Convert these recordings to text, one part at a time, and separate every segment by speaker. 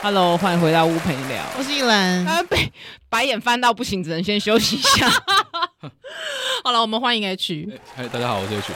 Speaker 1: Hello，欢迎回到屋陪你聊。
Speaker 2: 我是依兰，
Speaker 1: 他呃被白眼翻到不行，只能先休息一 下。
Speaker 2: 好了，我们欢迎 H，
Speaker 3: 哎嗨，大家好，我是 H。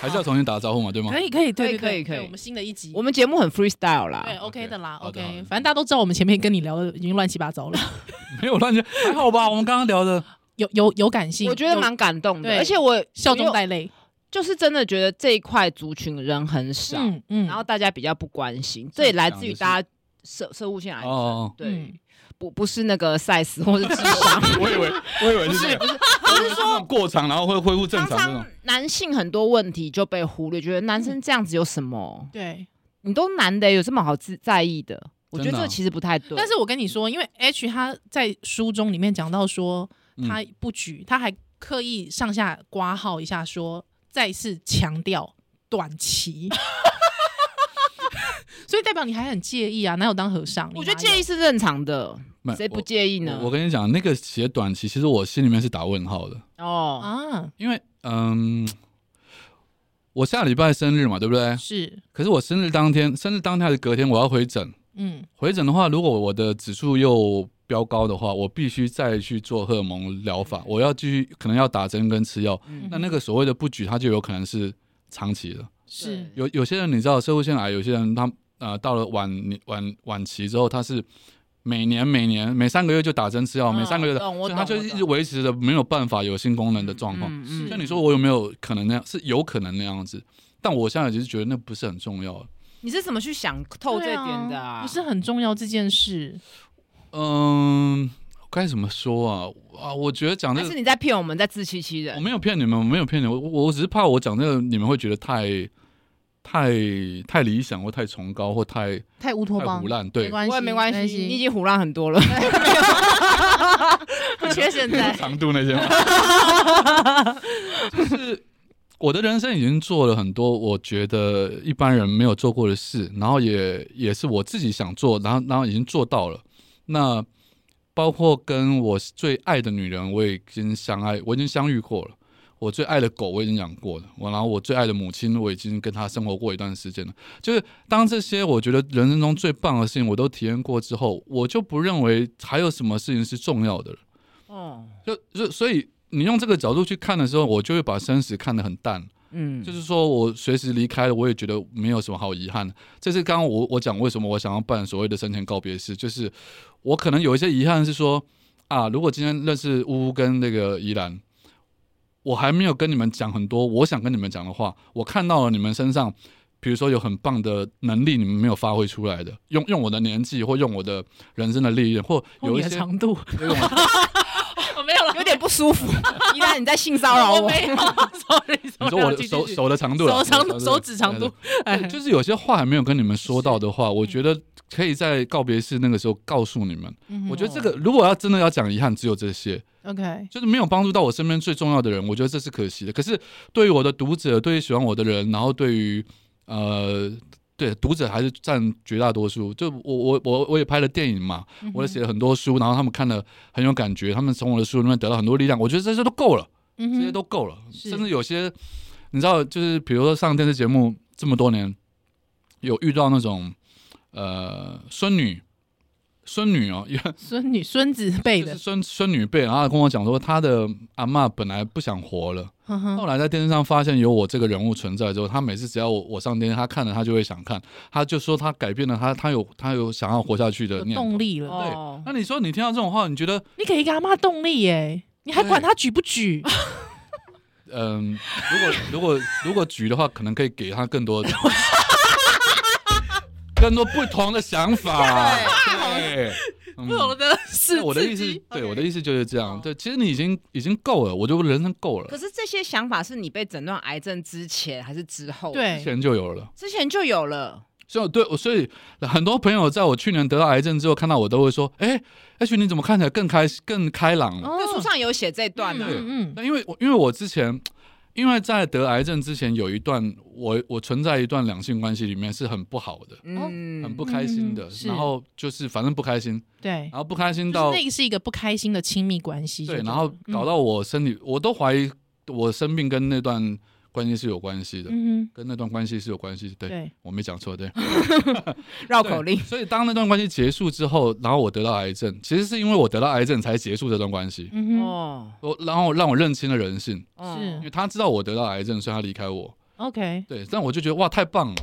Speaker 3: 还是要重新打招呼嘛，对吗？
Speaker 2: 以可以
Speaker 1: 可以
Speaker 2: 对对对
Speaker 1: 可以可以
Speaker 2: 对我们新的一集，
Speaker 1: 我们节目很 freestyle
Speaker 2: 对
Speaker 1: 啦，
Speaker 2: OK 的啦
Speaker 3: 啊好的好
Speaker 2: ，OK，
Speaker 3: 的
Speaker 2: 反正大家都知道我们前面跟你聊的已经乱七八糟了，
Speaker 3: 没有乱讲，还好吧？我们刚刚聊的，
Speaker 2: 有有有感性，
Speaker 1: 我觉得
Speaker 2: 有
Speaker 1: 蛮感动的，
Speaker 2: 对
Speaker 1: 而且我
Speaker 2: 笑中
Speaker 1: 我又
Speaker 2: 带泪，
Speaker 1: 就是真的觉得这一块族群人很
Speaker 3: 啊
Speaker 1: 少，
Speaker 2: 嗯嗯
Speaker 1: 然后大家比较不关心，这也来自于大家社社会性癌
Speaker 3: 哦
Speaker 1: 症，
Speaker 3: 哦，
Speaker 1: 对，
Speaker 2: 嗯
Speaker 1: 不不是那个 size 或是智商，
Speaker 3: 哦我以为，我以为是这个，我是说过长，然后会恢复正
Speaker 1: 常
Speaker 3: 常那
Speaker 1: 常
Speaker 3: 种。
Speaker 1: 男性很多问题就被忽略，觉得男生这样子有什么？
Speaker 2: 对，
Speaker 1: 你都男的有这么好自在意的？我觉得
Speaker 3: 真的
Speaker 1: 这
Speaker 3: 啊
Speaker 1: 个其实不太对，
Speaker 2: 但是我跟你说，因为 H 他在书中里面讲到说，
Speaker 3: 嗯
Speaker 2: 他不举，他还刻意上下挂号一下说，再次强调短 期，所以代表你还很介意啊？哪有当和尚？
Speaker 1: 我觉得介意是正常的，
Speaker 3: 没有
Speaker 1: 谁不
Speaker 3: 我
Speaker 1: 介意呢
Speaker 3: 我？我跟你讲，那个写短期，其实我心里面是打问号的，
Speaker 2: 你
Speaker 1: 哦，
Speaker 2: 哪有啊，
Speaker 3: 因为嗯，我下礼拜生日嘛，对不对？
Speaker 2: 是，
Speaker 3: 可是我生日当天，生日当天还是隔天，我要回诊。
Speaker 2: 嗯，
Speaker 3: 回诊的话，如果我的指数又飙高的话，我必须再去做荷尔蒙疗法，我要继续可能要打针跟吃药。
Speaker 1: 嗯
Speaker 3: 那那个所谓的不举，它就有可能是长期的。
Speaker 2: 是，
Speaker 3: 有有些人你知道，社会腺癌，有些人他呃到了晚年晚晚期之后，他是每年每年每三个月就打针吃药，每三个月
Speaker 1: 嗯
Speaker 3: 的，
Speaker 1: 懂我
Speaker 3: 所
Speaker 1: 懂，
Speaker 3: 以他就一直维持着没有办法有性功能的状况。
Speaker 1: 嗯
Speaker 3: 那
Speaker 2: 是
Speaker 3: 你说我有没有可能那样？是有可能那样子，但我现在只是觉得那不是很重要。
Speaker 1: 你是怎么去想透这
Speaker 2: 对
Speaker 1: 一
Speaker 2: 啊
Speaker 1: 点的啊？
Speaker 2: 不是很重要这件事。
Speaker 3: 嗯，该怎么说啊？啊，我觉得讲这
Speaker 1: 还
Speaker 3: 个
Speaker 1: 是你在骗我们，在自欺欺
Speaker 3: 我
Speaker 1: 人？
Speaker 3: 没有骗你们，我没有骗你们，我我只是怕我讲这个你们会觉得太太太理想或太崇高或太
Speaker 2: 太乌托
Speaker 3: 太
Speaker 2: 邦
Speaker 3: 胡，乱，
Speaker 2: 没
Speaker 3: 对，。
Speaker 2: 关
Speaker 1: 我
Speaker 2: 系，
Speaker 1: 也没关系，你已经胡乱很多 了。
Speaker 2: 不缺现在
Speaker 3: 长度那些嘛， 就是我的人生已经做了很多我觉得一般人没有做过的事，然后也也是我自己想做，然后然后已经做到了。那包括跟我最爱的女人，我已经相爱，我已经相遇过了。我最爱的狗我已经养过了，我然后我最爱的母亲我已经跟她生活过一段时间了。就是当这些我觉得人生中最棒的事情我都体验过之后，我就不认为还有什么事情是重要的了。
Speaker 1: 哦，
Speaker 3: 就就所以你用这个角度去看的时候，我就会把生死看得很淡，
Speaker 1: 嗯，
Speaker 3: 就是说我随时离开了，我也觉得没有什么好遗憾的。这是刚刚我我讲为什么我想要办所谓的生前告别式，就是我可能有一些遗憾是说啊，如果今天认识呜呜跟那个怡兰。我还没有跟你们讲很多我想跟你们讲的话，我看到了你们身上，比如说有很棒的能力，你们没有发挥出来的，用用我的年纪或用我的人生的历练，或
Speaker 2: 哦
Speaker 3: 有
Speaker 2: 你
Speaker 3: 一
Speaker 2: 的
Speaker 3: 些
Speaker 2: 长度，
Speaker 3: 有一种
Speaker 2: 我没有了
Speaker 1: 有点不舒 服。依然你在性骚扰我，
Speaker 2: 没有，sorry，
Speaker 3: 你说我的手手的长度啊啦，
Speaker 2: 手长
Speaker 3: 的
Speaker 2: 手指长度，哎嗯
Speaker 3: 对对哎就是有些话还没有跟你们说到的话，我觉得可以在告别式那个时候告诉你们。
Speaker 2: 嗯
Speaker 3: 我觉得这个如果要真的要讲遗憾，只有这些，
Speaker 2: 得 OK，
Speaker 3: 就是没有帮助到我身边最重要的人，我觉得这是可惜的。可是对于我的读者，对于喜欢我的人，然后对于呃。对，读者还是占绝大多数。就我我我我也拍了电影嘛，
Speaker 2: 嗯
Speaker 3: 我也写了很多书，然后他们看了很有感觉，他们从我的书里面得到很多力量。我觉得这些都够了。
Speaker 2: 嗯哼
Speaker 3: 这些都够了，
Speaker 2: 是
Speaker 3: 甚至有些你知道，就是比如说上电视节目这么多年，有遇到那种呃孙女，孙女哦，因为
Speaker 2: 孙女孙子辈
Speaker 3: 就是
Speaker 2: 的，
Speaker 3: 孙孙女辈，然后跟我讲说，她的阿嬷本来不想活了，
Speaker 2: 哼哼
Speaker 3: 后来在电视上发现有我这个人物存在之后，她每次只要我我上电视，她看了她就会想看，她就说她改变了她，她有她有想要活下去的
Speaker 2: 有
Speaker 3: 念头。
Speaker 2: 动力了，
Speaker 1: 哦，
Speaker 3: 那你说你听到这种话，你觉得
Speaker 2: 你给一个阿妈动力耶，你还管她举不举？
Speaker 3: 嗯，如果如果如果举的话，可能可以给他更多的更多不同的想法。对，嗯
Speaker 2: 不懂的是
Speaker 3: 对我的意思
Speaker 2: 自己，
Speaker 3: 对
Speaker 2: OK
Speaker 3: 我的意思就是这样。对，其实你已经已经够了，我就人生够
Speaker 1: 可
Speaker 3: 了，
Speaker 1: 是这些想法是你被诊断癌症之前还是之后？，
Speaker 3: 之
Speaker 2: 对，
Speaker 3: 前就有了。
Speaker 1: 之前就有了。
Speaker 3: 哎所以我对，我所以很多朋友在我去年得到癌症之后，看到我都会说：“哎、h 你怎么看起来更开更开朗了？”
Speaker 1: 那书上有写这段啊呢
Speaker 3: 对，
Speaker 2: 哦嗯嗯
Speaker 3: 那因为我因为我之前，因为在得癌症之前有一段我我存在一段两性关系里面是很不好的，
Speaker 1: 嗯，
Speaker 3: 很不开心的
Speaker 2: 嗯，是
Speaker 3: 然后就是反正不开心，
Speaker 2: 对
Speaker 3: 然，后不开心
Speaker 2: 就是
Speaker 3: 到
Speaker 2: 那个是一个不开心的亲密关系，
Speaker 3: 对，
Speaker 2: 就
Speaker 3: 然后
Speaker 2: 对了
Speaker 3: 搞
Speaker 2: 嗯
Speaker 3: 到我身体，我都怀疑我生病跟那段关系是有关系的，
Speaker 2: 嗯
Speaker 3: 跟那段关系是有关系。
Speaker 2: 哼，
Speaker 3: 对，
Speaker 2: 对，
Speaker 3: 我没讲错，对。
Speaker 1: 绕口令
Speaker 3: 对。所以当那段关系结束之后，然后我得到癌症，其实是因为我得到癌症才结束这段关系。
Speaker 2: 嗯哼
Speaker 1: 哦，
Speaker 3: 我然后让我认清了人性，
Speaker 1: 哦
Speaker 2: 是
Speaker 3: 因为他知道我得到癌症，所以他离开我。
Speaker 2: ，OK，
Speaker 3: 对，但我就觉得哇，太棒了！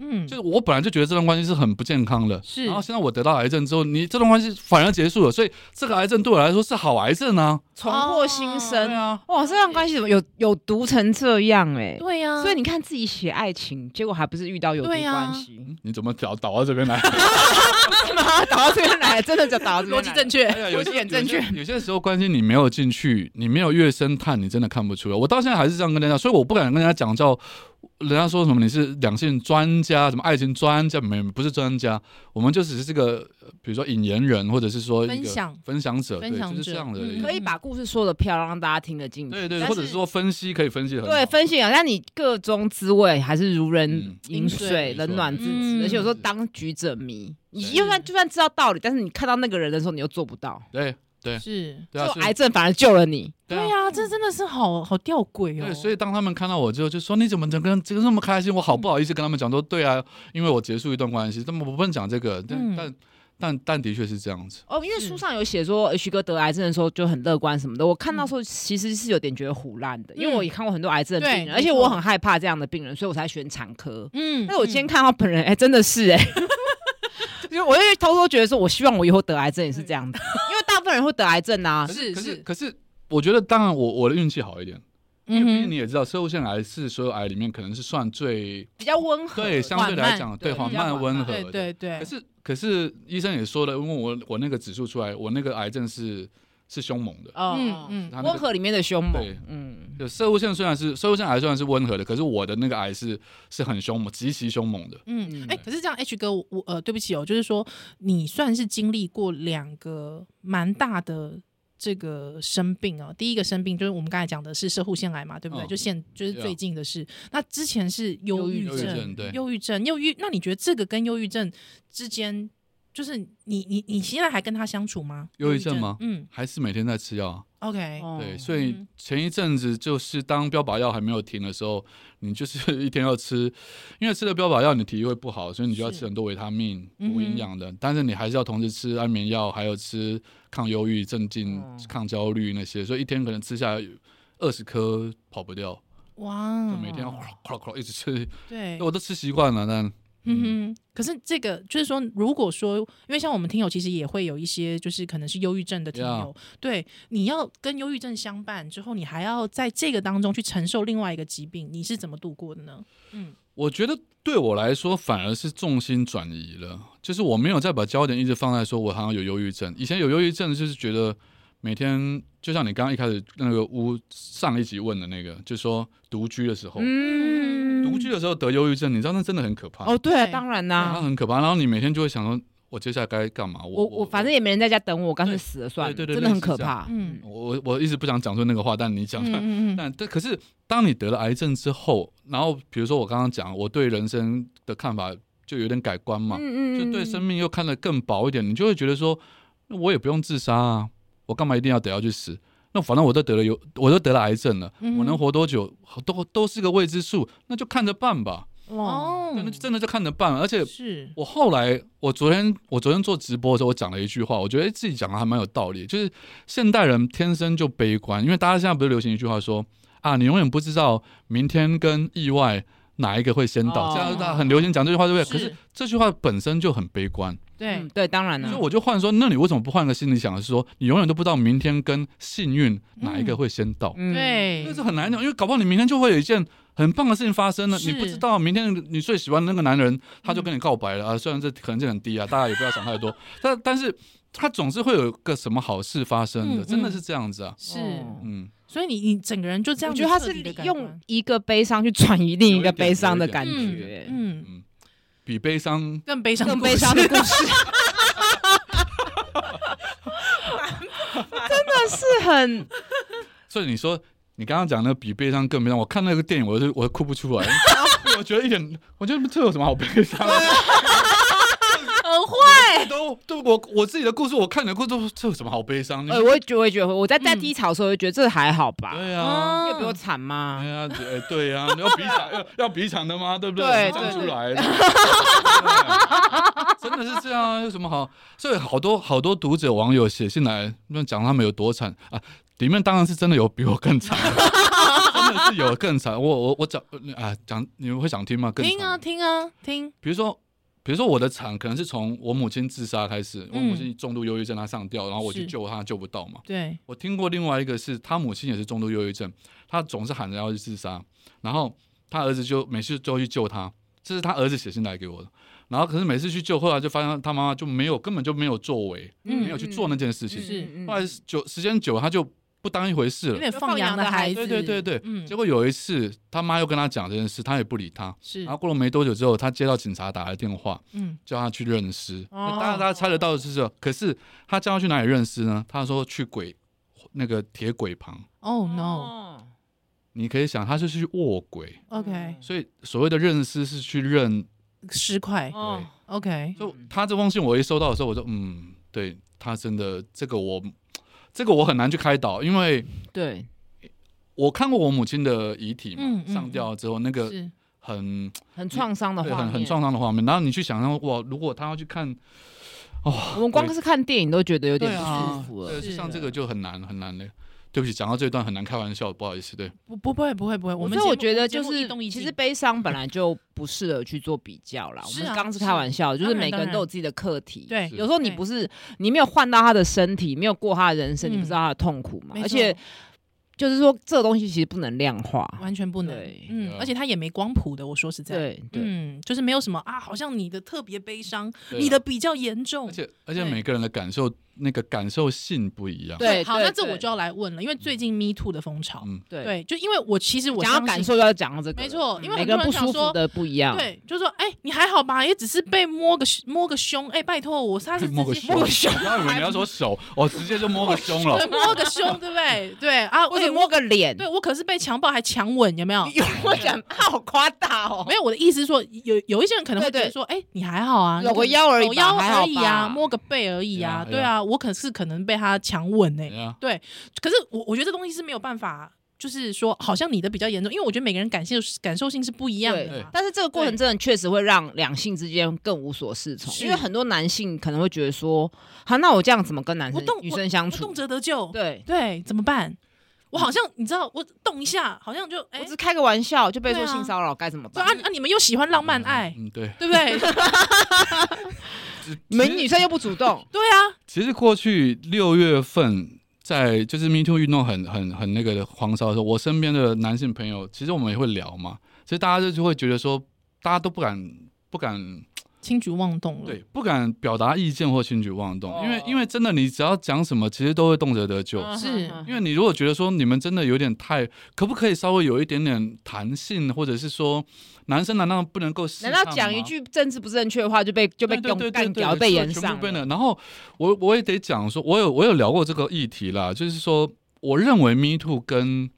Speaker 2: 嗯，
Speaker 3: 就是我本来就觉得这段关系是很不健康的，
Speaker 2: 是
Speaker 3: 然后现在我得到癌症之后，你这段关系反而结束了，所以这个癌症对我来说是好癌症啊。
Speaker 1: 重获新
Speaker 3: 对
Speaker 1: 生。
Speaker 3: 啊，
Speaker 1: 哇，这段关系怎么有有毒成这样哎？
Speaker 2: 对呀，
Speaker 1: 所以你看自己写爱情，结果还不是遇到有毒
Speaker 2: 对啊
Speaker 1: 关系？
Speaker 3: 嗯你怎么倒倒到这 边来？
Speaker 1: 妈，倒到这边来，真的就倒到这边
Speaker 2: 逻
Speaker 1: 来
Speaker 2: 辑正确，
Speaker 3: 哎呀，
Speaker 1: 有
Speaker 3: 些
Speaker 1: 点正确
Speaker 3: 有些有些时候关系你没有进去，你没有越深探，你真的看不出来。我到现在还是这样跟人家，所以我不敢跟人家讲叫，人家说什么你是两性专家，什么爱情专家，没有不是专家，我们就只是个呃比如说引言人，或者是说一个
Speaker 2: 分享
Speaker 3: 分享者，
Speaker 2: 分享
Speaker 3: 对，就是
Speaker 2: 者
Speaker 3: 这样的
Speaker 2: 嗯
Speaker 3: 一个。
Speaker 1: 可以把故事说的漂亮，让大家听得进去。
Speaker 3: 对对，
Speaker 1: 但
Speaker 3: 或者是说分析可以分析得很好
Speaker 1: 对，分析啊，但你各中滋味还是如人
Speaker 3: 嗯
Speaker 1: 饮水，
Speaker 3: 没错
Speaker 1: 冷暖自
Speaker 2: 嗯
Speaker 1: 知。而且有时候当局者迷，你
Speaker 3: 是
Speaker 1: 就算就算知道道理，但是你看到那个人的时候，你又做不到。
Speaker 3: 对对
Speaker 2: 是，
Speaker 3: 对啊，
Speaker 1: 就
Speaker 3: 所以
Speaker 1: 癌症反而救了你，
Speaker 3: 对
Speaker 2: 对
Speaker 3: 啊
Speaker 2: 呀，这真的是好好吊诡哦，
Speaker 3: 对，所以当他们看到我之后，就说你怎么能跟这个那么开心？我
Speaker 2: 嗯
Speaker 3: 好不好意思跟他们讲说，对啊，因为我结束一段关系，那么我不能讲这个，但、
Speaker 2: 嗯
Speaker 3: 但但但的确是这样子。
Speaker 1: 哦，因为
Speaker 2: 是
Speaker 1: 书上有写说呃徐哥得癌症的时候就很乐观什么的，我看到
Speaker 2: 嗯
Speaker 1: 时候其实是有点觉得胡烂的，因为
Speaker 2: 嗯
Speaker 1: 我也看过很多癌症的病
Speaker 2: 对
Speaker 1: 人，而且
Speaker 2: 没错
Speaker 1: 我很害怕这样的病人，所以我才选产科。
Speaker 2: 嗯，
Speaker 1: 但是我今天
Speaker 2: 嗯
Speaker 1: 看到本人，哎、真的是哎、 就是我就偷偷觉得说，我希望我以后得癌症也
Speaker 2: 嗯
Speaker 1: 是这样的，因为大部分人会得癌症啊
Speaker 3: 可，
Speaker 2: 是
Speaker 3: 可
Speaker 2: 是
Speaker 3: 是可是，我觉得当然我我的运气好一点，因为毕竟
Speaker 2: 嗯
Speaker 3: 你也知道，射物腺癌是所有癌里面可能是算最
Speaker 1: 比较温和，
Speaker 3: 对相对来
Speaker 2: 缓慢
Speaker 3: 讲对
Speaker 1: 对
Speaker 3: 缓
Speaker 1: 比较
Speaker 3: 慢
Speaker 1: 缓
Speaker 3: 温
Speaker 1: 慢
Speaker 3: 和
Speaker 2: 哼，
Speaker 3: 的。
Speaker 2: 对对对，
Speaker 3: 可是可是医生也说了，因为我我那个指数出来，我那个癌症是是凶猛的，
Speaker 1: 嗯嗯，
Speaker 2: 嗯嗯
Speaker 3: 他那
Speaker 1: 温
Speaker 3: 个
Speaker 1: 和里面的凶猛
Speaker 3: 对，
Speaker 1: 嗯，
Speaker 3: 就射物腺虽然是射物腺癌虽然是温和的，可是我的那个癌是是很凶猛，极其凶猛的。
Speaker 2: 嗯，
Speaker 1: 嗯
Speaker 2: 哎、可是这样，H 哥，我我呃，对不起哦，就是说你算是经历过两个蛮大的这个生病哦。第一个生病就是我们刚才讲的是射护腺癌嘛，对不对？
Speaker 3: 嗯
Speaker 2: 就现就是
Speaker 3: 对啊
Speaker 2: 最近的事。那之前是忧郁
Speaker 1: 忧郁
Speaker 3: 症对
Speaker 2: 忧郁症，忧郁。那你觉得这个跟忧郁症之间，就是你你你现在还跟他相处吗？
Speaker 3: 忧郁症吗
Speaker 2: 嗯
Speaker 3: 还是每天在吃药啊，
Speaker 2: ，OK，
Speaker 1: 哦
Speaker 3: 对，所以
Speaker 2: 嗯
Speaker 3: 前一阵子就是当标靶药还没有停的时候， 你就是一天要吃，因为吃了标靶药你体力会不好，所以你就要
Speaker 2: 是
Speaker 3: 吃很多维他命、
Speaker 2: 嗯哼
Speaker 3: 补营养的，但是你还是要同时吃安眠药，还有吃抗忧郁、镇静
Speaker 1: 哦、
Speaker 3: 抗焦虑那些，所以一天可能吃下二十颗跑不掉，
Speaker 2: 哇
Speaker 3: 就，
Speaker 2: 嗯
Speaker 3: 每天要哐哐哐一直吃，
Speaker 2: 对，
Speaker 3: 我都吃习惯了，但
Speaker 2: 嗯哼，可是这个就是说，如果说，因为像我们听友其实也会有一些，就是可能是忧郁症的听友对，你要跟忧郁症相伴之后，你还要在这个当中去承受另外一个疾病，你是怎么度过的呢？
Speaker 3: 我觉得对我来说反而是重心转移了，就是我没有再把焦点一直放在说我好像有忧郁症。以前有忧郁症就是觉得每天就像你刚刚一开始那个屋上一集问的那个，就说独居的时候，
Speaker 1: 嗯，
Speaker 3: 独居的时候得忧郁症，你知道那真的很可怕，
Speaker 1: 哦，对，
Speaker 2: 对
Speaker 1: 当然
Speaker 3: 它
Speaker 1: 啦，
Speaker 3: 很可怕。然后你每天就会想说，我接下来该干嘛？
Speaker 1: 我
Speaker 3: 我
Speaker 1: 我反正也没人在家等我，我干脆死了算了，
Speaker 3: 对对对
Speaker 1: 真的很可怕，
Speaker 2: 类似这样嗯
Speaker 3: 我我我一直不想讲出那个话，但你讲出来，
Speaker 2: 嗯嗯
Speaker 3: 但但可是，当你得了癌症之后，然后比如说我刚刚讲，我对人生的看法就有点改观嘛，
Speaker 1: 嗯
Speaker 3: 就对生命又看得更薄一点，你就会觉得说，那我也不用自杀啊，我干嘛一定要得要去死？那反正我都得了有，我都得了癌症了，
Speaker 2: 嗯哼
Speaker 3: 我能活多久都都是个未知数，那就看着办吧，
Speaker 2: 嗯，
Speaker 1: 哇，
Speaker 2: 哦
Speaker 3: 对，那就真的就看着办。而且
Speaker 2: 是，
Speaker 3: 我后来，我昨天我昨天做直播的时候，我讲了一句话，我觉得诶自己讲的还蛮有道理，就是现代人天生就悲观，因为大家现在不是流行一句话说啊，你永远不知道明天跟意外哪一个会先到，
Speaker 1: 哦
Speaker 3: 现在大家很流行讲这句话，对不对？
Speaker 2: 是
Speaker 3: 可是这句话本身就很悲观，
Speaker 2: 对
Speaker 1: 嗯，，对，当然
Speaker 3: 所以
Speaker 1: 了，
Speaker 3: 我就换说，那你为什么不换个心里想的是说，你永远都不知道明天跟幸运哪一个会先到？
Speaker 1: 嗯，
Speaker 2: 对，
Speaker 3: 那是很难讲，因为搞不好你明天就会有一件很棒的事情发生了，
Speaker 2: 是
Speaker 3: 你不知道明天你最喜欢的那个男人他就跟你告白了、啊。虽然这可能性很低啊，大家也不要想太多，但但是他总是会有个什么好事发生的，
Speaker 2: 嗯
Speaker 3: 真的是这样子啊。
Speaker 2: 是，
Speaker 1: 哦
Speaker 3: 嗯，
Speaker 2: 所以你你整个人就这样
Speaker 1: 我
Speaker 2: 子
Speaker 1: 觉得他
Speaker 2: 彻
Speaker 1: 是
Speaker 2: 底地改观，
Speaker 1: 用一个悲伤去转移另一个悲伤的感
Speaker 2: 嗯
Speaker 1: 觉，
Speaker 2: 嗯，
Speaker 3: 比悲伤
Speaker 2: 更悲伤，
Speaker 1: 更悲伤的 故，事。真的是很
Speaker 3: 嗯所以你说你刚刚讲那个比悲伤更悲伤，我看那个电影，我就我哭不出来，我觉得一点，我觉得这有什么好悲伤的？
Speaker 2: 坏，
Speaker 3: 都都我我自己的故事，我看你的故事，都这有什么好悲伤？你
Speaker 1: 呃，我也觉我也觉得，我在在
Speaker 2: 嗯
Speaker 1: 低潮的时候，就觉得这还好吧，
Speaker 3: 对啊，
Speaker 1: 哦又比我
Speaker 2: 嗯，
Speaker 1: 惨
Speaker 3: 哎
Speaker 1: 吗？
Speaker 3: 呀，哎对呀，要比惨要要比惨 的吗？对不
Speaker 1: 对
Speaker 3: 站出
Speaker 2: 对
Speaker 3: 来，对啊真的是这样啊，有什么好？所以好多好多读者网友写信来，那讲他们有多惨啊，里面当然是真的有比我更 惨的。真的是有更惨，我我我讲啊讲，你们会想听吗？更惨
Speaker 2: 听啊听啊听，
Speaker 3: 比如说，比如说我的惨可能是从我母亲自杀开始，我母亲重度忧郁症，她上吊，然后我
Speaker 2: 嗯
Speaker 3: 去
Speaker 2: 是
Speaker 3: 救她，救不到嘛。
Speaker 2: 对，
Speaker 3: 我听过另外一个是，她母亲也是重度忧郁症，她总是喊着要去自杀，然后她儿子就每次都去救她，这是她儿子写信来给我的。然后可是每次去救，后来就发现她妈妈就没有，根本就没有作为，
Speaker 2: 嗯
Speaker 3: 没有去做那件事情。
Speaker 2: 是嗯
Speaker 3: 后来久时间久，了，她就不当一回事
Speaker 2: 有
Speaker 3: 了。
Speaker 2: 点放羊的孩子，
Speaker 3: 对对对对，
Speaker 2: 嗯
Speaker 3: 结，果有一次，她妈又跟她讲这件事，她也不理她。
Speaker 2: 是
Speaker 3: 然，后过了没多久之后，她接到警察打来电话，
Speaker 2: 嗯，
Speaker 3: 叫他去认尸。
Speaker 2: 哦
Speaker 3: 那当然大家猜得到的是这，可是他叫他去哪里认尸呢？他说去鬼那个铁轨旁。
Speaker 2: 哦 no，OK，
Speaker 1: no，
Speaker 3: 你可以想，他是去卧轨，
Speaker 1: 嗯
Speaker 3: 所以所谓的认尸是去认。
Speaker 2: 十块
Speaker 1: 哦
Speaker 2: ，OK，
Speaker 3: 就他这封信我一收到的时候，我就嗯，对他真的这个我这个我很难去开导，因为
Speaker 1: 对，
Speaker 3: 我看过我母亲的遗体嘛，
Speaker 2: 嗯嗯
Speaker 3: 上吊之后那个
Speaker 2: 是，
Speaker 3: 很
Speaker 1: 很创伤的
Speaker 3: 对
Speaker 1: 画
Speaker 3: 很
Speaker 1: 面，
Speaker 3: 很创伤的画面，然后你去想象哇，如果他要去看，哦，
Speaker 1: 我们光是看电影都觉得有
Speaker 3: 对
Speaker 1: 点不舒
Speaker 3: 啊，
Speaker 1: 服了。
Speaker 3: 对，
Speaker 2: 是
Speaker 3: 像
Speaker 2: 的
Speaker 3: 这个就很难很难的。对不起，讲到这一段很难开玩笑，不好意思。对，
Speaker 2: 不不不会不会不会，我们
Speaker 1: 所以我
Speaker 2: 节
Speaker 1: 觉
Speaker 2: 目
Speaker 1: 得
Speaker 2: 节
Speaker 1: 就
Speaker 2: 目
Speaker 1: 是
Speaker 2: 一动一，
Speaker 1: 其
Speaker 2: 静
Speaker 1: 实悲伤本来就不适合去做比较啦。我
Speaker 2: 是啊
Speaker 1: 们刚是
Speaker 2: 是
Speaker 1: 开玩笑，就是
Speaker 2: 当然
Speaker 1: 每个人
Speaker 2: 当然
Speaker 1: 都有自己的课题。
Speaker 2: 对
Speaker 3: 是
Speaker 1: 有时候你
Speaker 2: 对
Speaker 1: 不是你没有换到他的身体，没有过他的人生，你不
Speaker 2: 嗯
Speaker 1: 知道他的痛苦嘛。
Speaker 2: 没
Speaker 1: 而且
Speaker 2: 错
Speaker 1: 就是说，这个东西其实不能量化。
Speaker 2: 完全不能
Speaker 1: 对，
Speaker 2: 嗯
Speaker 3: 对，啊
Speaker 2: 而且他也没光谱的，我说实在，，
Speaker 1: 对对，
Speaker 2: 嗯，就是没有什么啊，好像你的特别悲伤，
Speaker 3: 对啊
Speaker 2: 你的比较严重
Speaker 3: 而。且而且
Speaker 2: 对
Speaker 3: 每个人的感受那个感受性不一样。
Speaker 1: 对
Speaker 2: 好，
Speaker 1: 对
Speaker 2: 那这
Speaker 1: 对
Speaker 2: 我就要来问了，因为最近 Me Too 的风潮，
Speaker 3: 嗯，
Speaker 1: 对
Speaker 2: 对，就因为我其实我
Speaker 1: 讲到
Speaker 2: 相信
Speaker 1: 感，受就要讲到这个了，
Speaker 2: 没错，因为
Speaker 1: 每
Speaker 2: 很
Speaker 1: 个
Speaker 2: 多
Speaker 1: 人不舒
Speaker 2: 想
Speaker 1: 服
Speaker 2: 说。
Speaker 1: 的不一样。
Speaker 2: 对，就说哎、你还好吧？也只是被摸个摸个胸，哎、拜托我，他是
Speaker 3: 摸个
Speaker 2: 直接
Speaker 3: 胸，我刚以为你要说手，哦，直接就摸个 胸
Speaker 2: 对，
Speaker 3: 了。
Speaker 2: 摸个胸，对不对？对啊，
Speaker 1: 或
Speaker 2: 哎
Speaker 1: 者摸个脸，
Speaker 2: 对我可是被强暴还强吻，有没有？
Speaker 1: 我讲好夸大哦
Speaker 2: 没有，我的意思是说，有有一些人可能会
Speaker 1: 对
Speaker 2: 觉
Speaker 1: 对
Speaker 2: 得说，哎、你还好啊，
Speaker 1: 搂个腰而已吧
Speaker 2: 搂腰
Speaker 1: 还好
Speaker 2: 而已
Speaker 1: 吧
Speaker 2: 啊，摸个背而已啊，
Speaker 3: 对
Speaker 2: 对
Speaker 3: 啊
Speaker 2: 啊，我可是可能被他强吻呢、
Speaker 3: 对啊，
Speaker 2: 可是我我觉得这东西是没有办法，就是说，好像你的比较严重，因为我觉得每个人感受感受性是不一样的啊
Speaker 1: 对
Speaker 2: 嘛。
Speaker 1: 但是这个过程真的确实会让两性之间更无所适从，
Speaker 2: 是
Speaker 1: 因为很多男性可能会觉得说，啊，那我这样怎么跟男生
Speaker 2: 我动、
Speaker 1: 女生相
Speaker 2: 我
Speaker 1: 处
Speaker 2: 动？辄得咎，
Speaker 1: 对，
Speaker 2: 对，怎么办？我好像你知道，我动一下，好像就
Speaker 1: 我
Speaker 2: 哎，对
Speaker 1: 只开个玩笑就被说
Speaker 2: 对啊
Speaker 1: 性骚扰，该怎么办
Speaker 2: 啊？啊，你们又喜欢浪漫爱，
Speaker 3: 嗯，对。
Speaker 2: 对不对？
Speaker 1: 你们
Speaker 3: 其实
Speaker 1: 女生又不主动，
Speaker 2: 对啊，
Speaker 3: 其实过去六月份，在就是 Me Too 运动很很很那个的黄烧的时候，我身边的男性朋友，其实我们也会聊嘛。其实大家就会觉得说，大家都不敢不敢
Speaker 2: 轻举妄动了，
Speaker 3: 对，不敢表达意见或轻举妄动，因为
Speaker 1: 哦
Speaker 3: 因为真的，你只要讲什么，其实都会动辄得咎。
Speaker 1: 嗯
Speaker 2: 是
Speaker 1: 嗯
Speaker 3: 因为你如果觉得说你们真的有点太，可不可以稍微有一点点弹性，或者是说，男生难道不能够适
Speaker 1: 难道
Speaker 3: 当
Speaker 1: 讲一
Speaker 3: 吗
Speaker 1: 句政治不正确的话就被就被
Speaker 3: 对对对
Speaker 1: 干
Speaker 3: 对
Speaker 1: 干
Speaker 3: 对
Speaker 1: 掉
Speaker 3: 对
Speaker 1: 被
Speaker 3: 是
Speaker 1: 延
Speaker 3: 全
Speaker 1: 上
Speaker 3: 部被
Speaker 1: 了？
Speaker 3: 了。然后我我也得讲说，我有我有聊过这个议题啦，就是说，我认为 Me Too 跟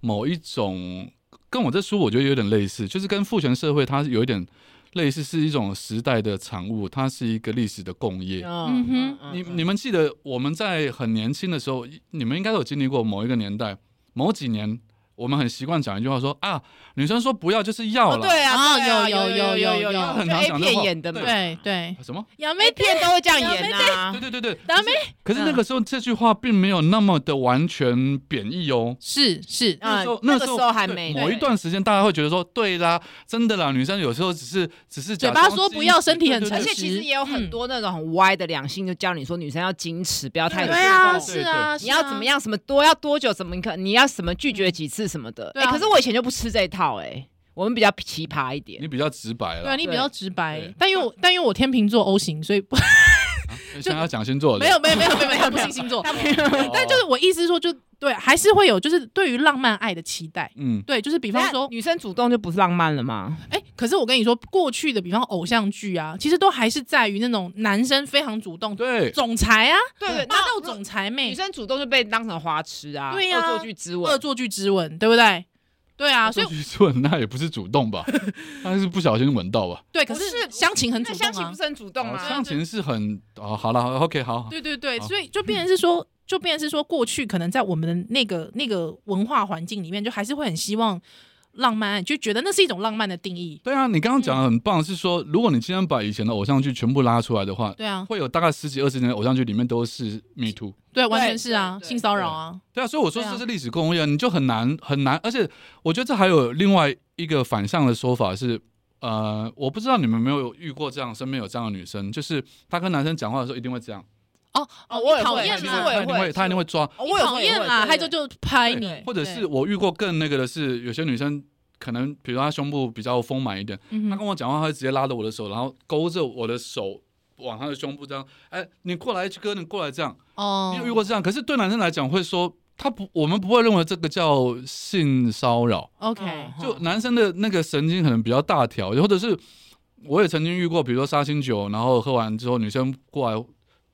Speaker 3: 某一种跟我这书我觉得有点类似，就是跟父权社会它有一点类似，是一种时代的产物，它是一个历史的共业。
Speaker 1: 嗯
Speaker 2: 嗯
Speaker 1: 嗯
Speaker 3: 你
Speaker 1: 嗯
Speaker 3: 你们记得我们在很年轻的时候，你们应该都有经历过某一个年代、某几年，我们很习惯讲一句话说啊，女生说不要就是要
Speaker 1: 哦
Speaker 3: 了，
Speaker 1: 对啊，
Speaker 2: 啊
Speaker 1: 对啊
Speaker 2: 有
Speaker 1: 有有
Speaker 2: 有有
Speaker 1: 有
Speaker 2: 有
Speaker 1: 有，
Speaker 3: 很
Speaker 1: 就
Speaker 3: 常
Speaker 1: A
Speaker 3: 讲这
Speaker 1: 片
Speaker 3: 话
Speaker 1: 演的嘛，
Speaker 2: 对对，
Speaker 3: 啊什么？
Speaker 2: 杨梅
Speaker 1: A 片都会这样
Speaker 2: 有
Speaker 1: 演
Speaker 2: 没
Speaker 1: 啊
Speaker 3: 对，对嗯对对。
Speaker 2: 杨梅
Speaker 3: 可是那个时候这句话并没有那么的完全贬义哦。
Speaker 2: 是是，
Speaker 1: 啊
Speaker 3: 时候，
Speaker 1: 那
Speaker 3: 那
Speaker 1: 个
Speaker 3: 时
Speaker 1: 时
Speaker 3: 候
Speaker 1: 候还
Speaker 3: 对
Speaker 1: 没
Speaker 3: 某一
Speaker 1: 对
Speaker 3: 段时间，大家会觉得说，对啦，真的啦，女生有时候只是只是
Speaker 2: 嘴
Speaker 3: 假
Speaker 2: 巴
Speaker 3: 装
Speaker 2: 说
Speaker 3: 矜
Speaker 2: 不要
Speaker 3: 持
Speaker 2: 身体
Speaker 3: 对
Speaker 2: 很
Speaker 3: 对
Speaker 2: 诚
Speaker 1: 而
Speaker 3: 对
Speaker 1: 且
Speaker 2: 实
Speaker 1: 其实也有很
Speaker 2: 嗯
Speaker 1: 多那种很歪的两性，就教你说女生要矜持，不要太
Speaker 3: 对
Speaker 2: 对
Speaker 1: 主
Speaker 2: 啊，
Speaker 1: 动。
Speaker 3: 对
Speaker 2: 是啊，是
Speaker 1: 你要
Speaker 2: 啊
Speaker 1: 怎么？样？什么多要多久？怎么可？你要什么拒绝几次什么的？
Speaker 2: 对
Speaker 1: 哎、
Speaker 2: 啊
Speaker 1: 可是我以前就不吃这一套哎、我们比较奇葩一点
Speaker 3: 你。比较直白
Speaker 2: 对啊，
Speaker 3: 了。
Speaker 2: 你比较直白
Speaker 3: 对，
Speaker 2: 但因为我但因为我天秤座 O 型，所以不
Speaker 3: 啊现在要讲星座 了，
Speaker 2: 没有没有没有没有没有不行星座，
Speaker 3: 哦，
Speaker 2: 但就是我意思是说，就对，还是会有就是对于浪漫爱的期待。
Speaker 3: 嗯，
Speaker 2: 对，就是比方
Speaker 1: 等一下
Speaker 2: 说，
Speaker 1: 女生主动就不是浪漫了吗？
Speaker 2: 哎，可是我跟你说，过去的比方偶像剧啊，其实都还是在于那种男生非常主动，
Speaker 3: 对，
Speaker 2: 总裁啊，
Speaker 1: 对对
Speaker 2: 霸道
Speaker 1: 那
Speaker 2: 总裁
Speaker 1: 女
Speaker 2: 妹，
Speaker 1: 哎生主动就被当成花痴啊，
Speaker 2: 对呀
Speaker 1: 恶作剧之吻
Speaker 2: 恶。作剧之吻，对不对？对啊，所以
Speaker 3: 去吻那也不是主动 吧，但是不小心吻到吧。
Speaker 2: 对，可是
Speaker 1: 不是
Speaker 2: 湘琴很主
Speaker 1: 那
Speaker 2: 动
Speaker 1: 相亲
Speaker 2: 啊
Speaker 1: 不，是很主动
Speaker 3: 哦
Speaker 1: 吗？
Speaker 3: 向前是很哦，好了，OK，好，
Speaker 2: 对对对，
Speaker 3: 好
Speaker 2: 所以就变成是说，就变成是说，过去可能在我们的那个那个文化环境里面，就还是会很希望浪漫，就觉得那是一种浪漫的定义。
Speaker 3: 对啊，你刚刚讲的很棒，是说如果你今天把以前的偶像剧全部拉出来的话，
Speaker 2: 对啊，
Speaker 3: 会有大概十几二十年的偶像剧里面都是 Me Too。
Speaker 2: 对，完全是啊，
Speaker 1: 对对
Speaker 2: 性骚扰啊，
Speaker 3: 对啊，所以我说
Speaker 2: 对啊
Speaker 3: 这是历史工业，你就很难很难，而且我觉得这还有另外一个反向的说法是，呃，我不知道你们有没有遇过这样，身边有这样的女生，就是她跟男生讲话的时候一定会这样，
Speaker 2: 哦
Speaker 1: 哦
Speaker 2: 哦，
Speaker 1: 我
Speaker 2: 你
Speaker 1: 也
Speaker 2: 讨
Speaker 1: 会
Speaker 2: 厌
Speaker 1: 其实
Speaker 2: 啦
Speaker 1: 我也
Speaker 3: 她一定会
Speaker 1: 会
Speaker 3: 她一定会抓，
Speaker 1: 哦
Speaker 2: 你
Speaker 1: 我也会
Speaker 2: 讨厌啦，
Speaker 1: 我也
Speaker 2: 他
Speaker 1: 会
Speaker 2: 就就拍你
Speaker 1: 对，
Speaker 3: 或者是
Speaker 2: 对，
Speaker 3: 我遇过更那个的是，有些女生可能比如说她胸部比较丰满一点，
Speaker 2: 嗯
Speaker 3: 她
Speaker 2: 哼
Speaker 3: 跟我讲话，她会直接拉着我的手，然后勾着我的手。往她的胸部这样，哎，你过来，哥，你过来这样，
Speaker 2: 哦
Speaker 3: 你有遇过这样？可是对男生来讲，会说他不，我们不会认为这个叫性骚扰，
Speaker 2: ，OK，
Speaker 1: 哦
Speaker 3: 就男生的那个神经可能比较大条，或者是我也曾经遇过，比如说杀青酒，然后喝完之后女生过来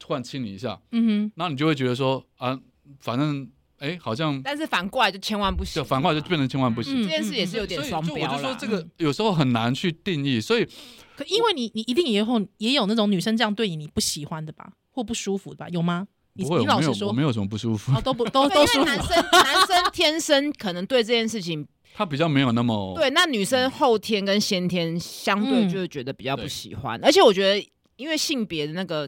Speaker 3: 突然亲你一下，
Speaker 2: 嗯
Speaker 3: 那你就会觉得说啊，反正哎、好像
Speaker 1: 但是反过来就千万不行
Speaker 3: 就
Speaker 1: 啊，
Speaker 3: 反过来就变成千万不行。
Speaker 2: 嗯
Speaker 1: 这件事也是有点
Speaker 3: 所以
Speaker 1: 双
Speaker 3: 就我
Speaker 1: 标嗯
Speaker 3: 就说
Speaker 1: 了。
Speaker 3: 这个有时候很难去定义，所以
Speaker 2: 哼，可因为你你一定也有也有那种女生这样对你，你不喜欢的吧，或不舒服的吧，有吗？你
Speaker 3: 不会，我
Speaker 2: 你老
Speaker 3: 没
Speaker 2: 实
Speaker 3: 有
Speaker 2: 说
Speaker 3: 我，没有什么不舒 服
Speaker 2: 哦，，都不都
Speaker 1: 对
Speaker 2: 都
Speaker 1: 因
Speaker 2: 舒
Speaker 1: 为
Speaker 2: 服
Speaker 1: 男，生 男生天生可能对这件事情，
Speaker 3: 他比较没有那么
Speaker 1: 对那女生后天跟先天相对
Speaker 2: 哦嗯
Speaker 1: 就会觉得比较不
Speaker 3: 对
Speaker 1: 喜欢，而且我觉得因为性别的那个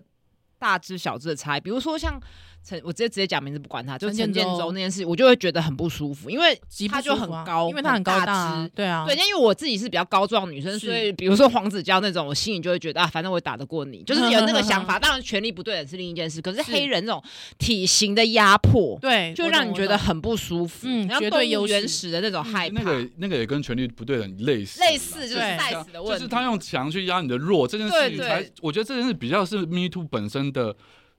Speaker 1: 大只小只的差异，比如说像陈，我直接直接讲名字不管他，就
Speaker 2: 陈
Speaker 1: 陈
Speaker 2: 建
Speaker 1: 建
Speaker 2: 州
Speaker 1: 州那件事，我就会觉得很不舒服，因为
Speaker 2: 极不
Speaker 1: 他就
Speaker 2: 舒服
Speaker 1: 很
Speaker 2: 啊
Speaker 1: 高
Speaker 2: 因为他很
Speaker 1: 很
Speaker 2: 高
Speaker 1: 大
Speaker 2: 大啊
Speaker 1: 只，
Speaker 2: 对啊，
Speaker 1: 对，因为我自己是比较高壮的女生，
Speaker 2: 是
Speaker 1: 所以比如说黄子佼那种，我心里就会觉得啊，反正我打得过你，就是有那个想 法。当然，权力不对等是另一件事，可是
Speaker 2: 是
Speaker 1: 黑人这种体型的压迫，
Speaker 2: 对，
Speaker 1: 就
Speaker 2: 我
Speaker 1: 让
Speaker 2: 懂
Speaker 1: 你
Speaker 2: 我
Speaker 1: 觉得
Speaker 2: 懂
Speaker 1: 很不舒服，
Speaker 2: 嗯
Speaker 1: 然后
Speaker 2: 绝
Speaker 1: 动
Speaker 2: 对
Speaker 1: 物
Speaker 2: 优势
Speaker 1: 原始的那种害怕，
Speaker 3: 嗯那个那个也跟权力不对等类似啦，
Speaker 1: 类似就是
Speaker 2: 对
Speaker 1: size 的问
Speaker 3: 就
Speaker 1: 题，
Speaker 3: 是他用强去压你的弱这件事
Speaker 1: 对
Speaker 3: 情
Speaker 1: 对
Speaker 3: 才，我觉得这件事比较是 Me Too 本身的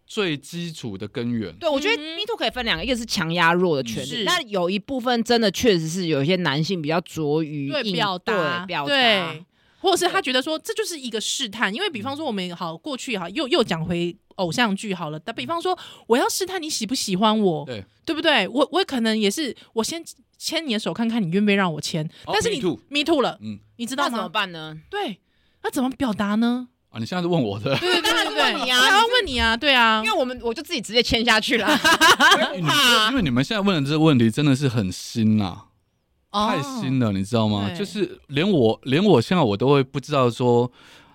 Speaker 3: 最基础的根源。
Speaker 1: 对，我觉得
Speaker 2: 嗯
Speaker 1: Me Too 可以分两个，一个是强压弱的权
Speaker 2: 是
Speaker 1: 利，那有一部分真的确实是有一些男性比较拙于
Speaker 2: 对
Speaker 1: 应
Speaker 2: 表达
Speaker 1: 对表达
Speaker 2: 对。或者是他
Speaker 1: 对
Speaker 2: 觉得说这就是一个试探，因为比方说我们好过去哈，又又讲回偶像剧好了，但比方说我要试探你喜不喜欢我，
Speaker 3: 对，
Speaker 2: 对不对？我我可能也是我先牵你的手看看你愿不愿意让我牵，
Speaker 3: 哦
Speaker 2: 但是你
Speaker 3: me too
Speaker 2: me too 了，
Speaker 3: 嗯
Speaker 2: 你知
Speaker 1: 那
Speaker 2: 道
Speaker 1: 怎么
Speaker 2: 吗？
Speaker 1: 办呢？
Speaker 2: 对，那怎么表达呢？
Speaker 3: 啊，你现在是问我 的，
Speaker 2: 对对
Speaker 1: 当
Speaker 2: 对
Speaker 1: 然
Speaker 2: 对
Speaker 1: 是问
Speaker 2: 对，
Speaker 1: 你啊
Speaker 2: 我
Speaker 1: 你
Speaker 2: 要
Speaker 1: 是
Speaker 2: 问你啊，对啊
Speaker 1: 因为，我们我就自己直接签下去 了。
Speaker 3: 因为你因为你们现在问的这个问题真的是很新啊呐、
Speaker 2: 哦
Speaker 3: 太新了，你知道吗？
Speaker 2: 对
Speaker 3: 就是连我连我现在我都会不知道说，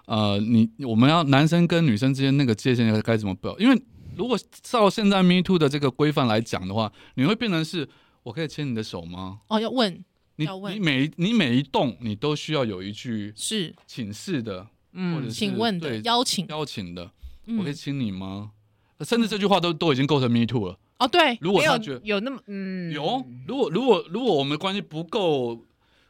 Speaker 3: 呃，你我们要男生跟女生之间那个界限该怎么表？因为如果照现在 Me Too 的这个规范来讲的话，你会变成是我可以牵你的手吗？
Speaker 2: 哦，要问
Speaker 3: 你
Speaker 2: 要问
Speaker 3: 你每你每一动你都需要有一句
Speaker 2: 是
Speaker 3: 请示的，或者
Speaker 1: 嗯
Speaker 3: 是
Speaker 2: 请问的
Speaker 3: 对
Speaker 2: 邀请，
Speaker 3: 邀请的，
Speaker 2: 嗯
Speaker 3: 我可以亲你吗？甚至这句话都都已经构成 Me Too 了。
Speaker 2: 哦对，
Speaker 3: 如果
Speaker 1: 没
Speaker 3: 他
Speaker 1: 有
Speaker 3: 觉得
Speaker 1: 有那么嗯
Speaker 3: 有，如果如果如果我们关系不够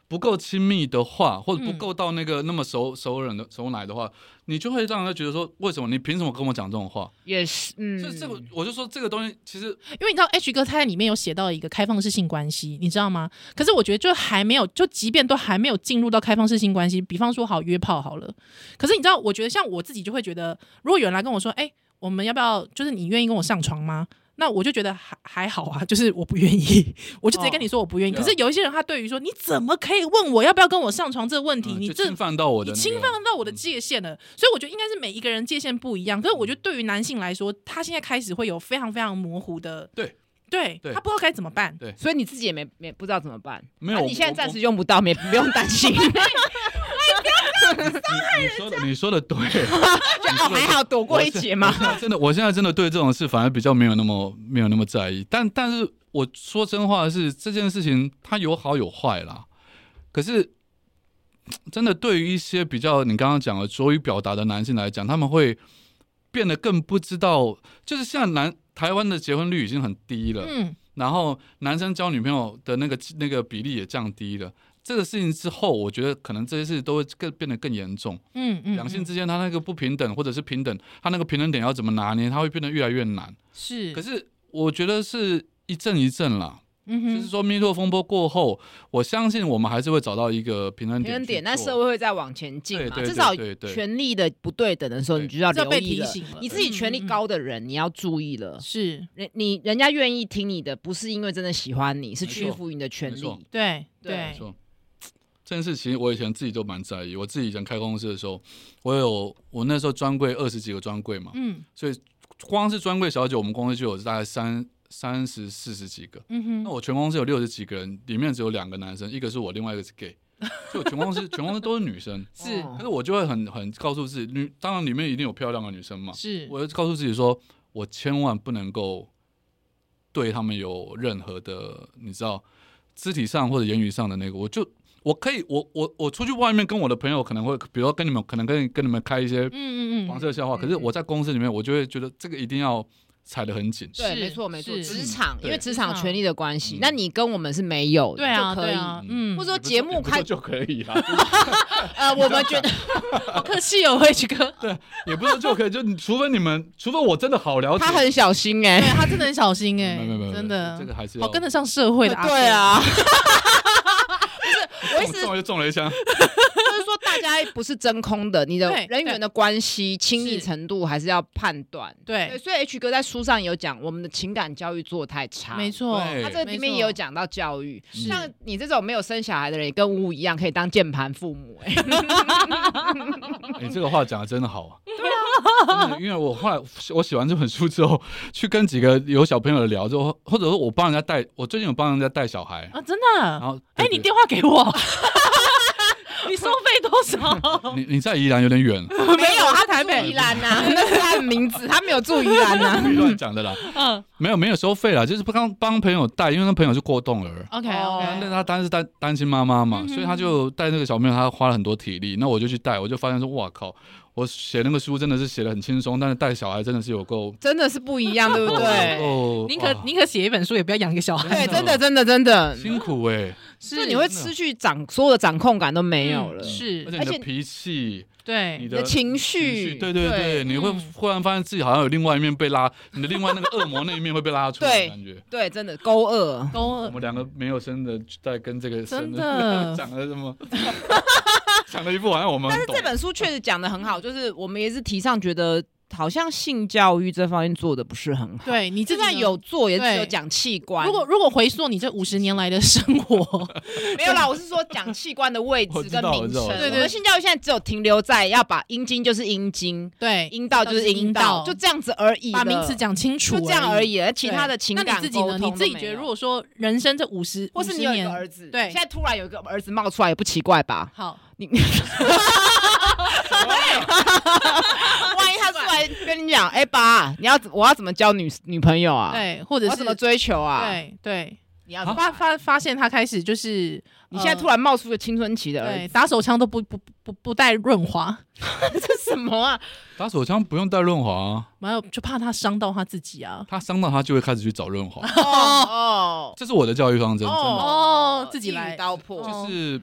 Speaker 3: 不够亲密的话，或者不
Speaker 2: 嗯
Speaker 3: 够到那个那么
Speaker 1: 嗯
Speaker 3: 熟熟人的熟奶的话，你就会让人家觉得说，为什么你凭什么跟我讲这种话？
Speaker 1: 也是嗯，
Speaker 3: 所以这个我就说这个东西其实
Speaker 2: 因为你知道 H 哥他在里面有写到一个开放式性关系，你知道吗？可是我觉得就还没有，就即便都还没有进入到开放式性关系，比方说好约炮好了。可是你知道，我觉得像我自己就会觉得，如果有人来跟我说，哎、我们要不要，就是你愿意跟我上床吗？那我就觉得还还好啊，就是我不愿意， 我就直接跟你说我不愿意。
Speaker 3: 哦
Speaker 2: 可是有一些人他对于说你怎么可以问我要不要跟我上床这个问题，
Speaker 3: 嗯
Speaker 2: 你
Speaker 3: 就
Speaker 2: 这
Speaker 3: 侵犯到我的、
Speaker 2: 你
Speaker 3: 那个嗯
Speaker 2: 侵犯到我的界限了，所以我觉得应该是每一个人界限不一样。可是我觉得对于男性来说，他现在开始会有非常非常模糊的，
Speaker 3: 对
Speaker 2: 对，
Speaker 3: 对
Speaker 2: 他不知道该怎么办。
Speaker 3: 对
Speaker 1: 所以你自己也没没不知道怎么办。
Speaker 3: 没有
Speaker 1: 啊
Speaker 3: 我
Speaker 1: 你现在暂时
Speaker 3: 我
Speaker 1: 用不到，没不用担心。
Speaker 3: 你你说的你说 的对，
Speaker 1: 哦，还好躲过一劫嘛
Speaker 3: 我。现在真的，我现在真的对这种事反而比较没有那么没有那么在意。但但是我说真话的是，这件事情它有好有坏啦。可是真的，对于一些比较你刚刚讲的拙于表达的男性来讲，他们会变得更不知道，就是现在男台湾的结婚率已经很低了，
Speaker 2: 嗯，
Speaker 3: 然后男生交女朋友的那个那个比例也降低了。这个事情之后，我觉得可能这些事都会更变得更严重。
Speaker 2: 嗯嗯嗯，
Speaker 3: 两性之间它那个不平等，或者是平等，它那个平衡点要怎么拿捏，它会变得越来越难。
Speaker 2: 是，
Speaker 3: 可是我觉得是一阵一阵啦，
Speaker 2: 嗯
Speaker 3: 就是说 Me Too 风波过后，我相信我们还是会找到一个平衡
Speaker 1: 平
Speaker 3: 点
Speaker 1: 衡
Speaker 3: 去做。
Speaker 1: 点，但社会会再往前进嘛。
Speaker 3: 对对对
Speaker 1: 至少
Speaker 3: 对对
Speaker 1: 权力的不对等的时候，
Speaker 3: 对
Speaker 1: 你就要
Speaker 2: 就要
Speaker 1: 留
Speaker 2: 被
Speaker 1: 意
Speaker 2: 提
Speaker 1: 了。
Speaker 2: 醒了
Speaker 1: 你自己权力
Speaker 2: 嗯嗯嗯
Speaker 1: 高的人，你要注意了。
Speaker 2: 是
Speaker 1: 人你人家愿意听你的，不是因为真的喜欢你，是
Speaker 3: 没
Speaker 1: 屈
Speaker 3: 错
Speaker 1: 服于你的权
Speaker 3: 没错
Speaker 1: 利。
Speaker 2: 对
Speaker 1: 对
Speaker 2: 对
Speaker 3: 没，错，这件事其实我以前自己都蛮在意。我自己以前开公司的时候，我有我那时候专柜二十几个专柜嘛，
Speaker 2: 嗯
Speaker 3: 所以光是专柜小姐，我们公司就有大概三三十四十几个。
Speaker 2: 嗯
Speaker 3: 那
Speaker 2: 哼，
Speaker 3: 我全公司有六十几个人，里面只有两个男生，一个是我，另外一个是 gay，就全公司全公司都是女生。
Speaker 2: 是
Speaker 1: 哦
Speaker 3: 但是我就会很很告诉自己，女当然里面一定有漂亮的女生嘛，
Speaker 2: 是
Speaker 3: 我就告诉自己说，我千万不能够对他们有任何的，你知道，肢体上或者言语上的那个，我就我可以，我我我出去外面跟我的朋友可能会，比如说跟你们可能跟跟你们开一些
Speaker 2: 嗯嗯
Speaker 3: 黄
Speaker 2: 嗯，
Speaker 3: 色笑话，可是我在公司里面，我就会觉得这个一定要踩得很紧。
Speaker 1: 对，
Speaker 2: 是
Speaker 1: 没错没错，
Speaker 2: 是
Speaker 1: 职场
Speaker 3: 嗯
Speaker 1: 因为
Speaker 3: 对
Speaker 1: 职场
Speaker 2: 职场
Speaker 1: 权力的关系
Speaker 3: 嗯，
Speaker 1: 那你跟我们是没有的，
Speaker 2: 对啊
Speaker 1: 就
Speaker 2: 对
Speaker 1: 可以。
Speaker 2: 啊，嗯，
Speaker 1: 或者说节目开
Speaker 3: 也不是说就可以啦，
Speaker 1: 呃，我们觉得
Speaker 2: 好客气哦，慧菊哥，
Speaker 3: 也不是说就可以，就你除非你们，除非我真的好了解，
Speaker 1: 他很小心 哎
Speaker 2: 对，他真的很小心哎，
Speaker 3: 没有没有没有，
Speaker 2: 真的
Speaker 3: 这个还是
Speaker 2: 好
Speaker 3: 要
Speaker 2: 跟得上社会的，
Speaker 1: 欸
Speaker 2: 啊
Speaker 1: 对啊，。
Speaker 3: 我一中了就中了一 枪，
Speaker 1: 就是说，大家不是真空的，你的
Speaker 2: 对
Speaker 1: 人与人的关系亲密
Speaker 2: 是
Speaker 1: 程度还是要判断。对，
Speaker 2: 对，
Speaker 1: 所以 H 哥在书上有讲，我们的情感教育做得太差，
Speaker 2: 没。错，
Speaker 3: 对
Speaker 1: 他这个里面也有讲到教育，
Speaker 3: 是
Speaker 1: 像你这种没有生小孩的人，也跟五五一样可以当键盘父母、哎，
Speaker 3: 你、哎这个话讲的真的好啊！ 对啊，因为我后来我写完这本书之后，去跟几个有小朋友聊之后，或者说我帮人家带，我最近有帮人家带小孩，
Speaker 2: 啊，真
Speaker 3: 然
Speaker 2: 的，
Speaker 3: 后
Speaker 2: 哎，你电话给 我，你收费多少？
Speaker 3: 你你在宜兰有点远，
Speaker 1: 没有，他
Speaker 2: 台北
Speaker 1: 不住宜兰啊呐、 那是他的名字，他没有住宜兰啊呐、
Speaker 3: 没乱讲的啦，
Speaker 2: 嗯
Speaker 3: 没有没有收费啦，就是帮帮朋友带，因为那朋友是过动儿。
Speaker 2: ，OK
Speaker 3: 哦那
Speaker 2: OK，
Speaker 3: 他当然是担担心妈妈嘛，
Speaker 2: 嗯哼
Speaker 3: 所以他就带那个小朋友，他花了很多体力。那我就去带，我就发现说，哇靠！我写那个书真的是写的很轻松，但是带小孩真的是有 够，
Speaker 1: 真的是不一样，对不对？
Speaker 3: 哦，
Speaker 2: 宁可
Speaker 3: 哇
Speaker 2: 宁可写一本书，也不要养一个小孩，
Speaker 1: 对，真的，真的，真的，
Speaker 3: 辛苦哎、
Speaker 1: 就是你会失去掌所有的掌控感都没有了，
Speaker 3: 而
Speaker 2: 嗯是，
Speaker 3: 且你
Speaker 1: 而且
Speaker 3: 的脾气，你
Speaker 2: 对，
Speaker 1: 你的
Speaker 3: 的
Speaker 1: 情
Speaker 3: 情
Speaker 1: 绪，
Speaker 3: 对对对，你会
Speaker 2: 嗯
Speaker 3: 忽然发现自己好像有另外一面被拉，你的另外那个恶魔那一面会被拉出来
Speaker 1: 对
Speaker 3: 的感觉。
Speaker 1: 对，真的勾二。
Speaker 2: 都
Speaker 3: 我们两个没有生的在跟这个
Speaker 2: 真
Speaker 3: 生
Speaker 2: 的
Speaker 3: 讲的 什么，讲了一副好像我们
Speaker 1: 但是
Speaker 3: 很懂
Speaker 1: 这。本书确实讲的很好，就是我们也是提倡觉得。好像性教育这方面做的不是很好，
Speaker 2: 对你
Speaker 1: 就
Speaker 2: 自己
Speaker 1: 算
Speaker 2: 呢
Speaker 1: 有做，也只有
Speaker 2: 对
Speaker 1: 讲器官。
Speaker 2: 如果如果回溯你这五十年来的生活，
Speaker 1: 没有啦，我是说讲器官的位置
Speaker 3: 我
Speaker 1: 跟
Speaker 3: 知道
Speaker 1: 名
Speaker 3: 我知道
Speaker 1: 称。
Speaker 3: 我知
Speaker 2: 道
Speaker 1: 我们性教育现在只有停留在要把阴茎就是阴茎，
Speaker 2: 对，
Speaker 1: 阴道就是阴道，
Speaker 2: 就是阴道
Speaker 1: 就这样子而已了。
Speaker 2: 把名词讲清楚，
Speaker 1: 就这样而
Speaker 2: 已。
Speaker 1: 已了，其他的情
Speaker 2: 那
Speaker 1: 感
Speaker 2: 你自己
Speaker 1: 沟
Speaker 2: 呢？
Speaker 1: 通
Speaker 2: 你自己
Speaker 1: 都没
Speaker 2: 觉得，
Speaker 1: 有
Speaker 2: 如果说人生这五十，
Speaker 1: 或是
Speaker 2: 50
Speaker 1: 你有一
Speaker 2: 年
Speaker 1: 个儿子，
Speaker 2: 对
Speaker 1: 现在突然有一个儿子冒出来，也不奇怪吧？
Speaker 2: 好，
Speaker 1: 你 万一他出来跟你讲，哎、爸，你要怎我要怎么交女女朋友啊？
Speaker 2: 对，或
Speaker 1: 我
Speaker 2: 者
Speaker 1: 要
Speaker 2: 是
Speaker 1: 怎么追求啊？，
Speaker 2: 对啊对，
Speaker 1: 你要怎么
Speaker 2: 发发发现他开始就是
Speaker 1: 你现在突
Speaker 2: 然
Speaker 1: 然冒出个青春期的儿
Speaker 2: 对
Speaker 1: 子，
Speaker 2: 打手枪都不不不不带润滑，
Speaker 1: 这 是什么啊？。
Speaker 3: 打手枪不用带润滑啊，
Speaker 2: 没有就怕他伤到他自己啊。
Speaker 3: 他伤到他就会开始去找润滑
Speaker 1: 哦
Speaker 3: 这是我的教育方针，真的
Speaker 2: 哦自己来
Speaker 1: 一语道破。
Speaker 2: 哦
Speaker 3: 就是。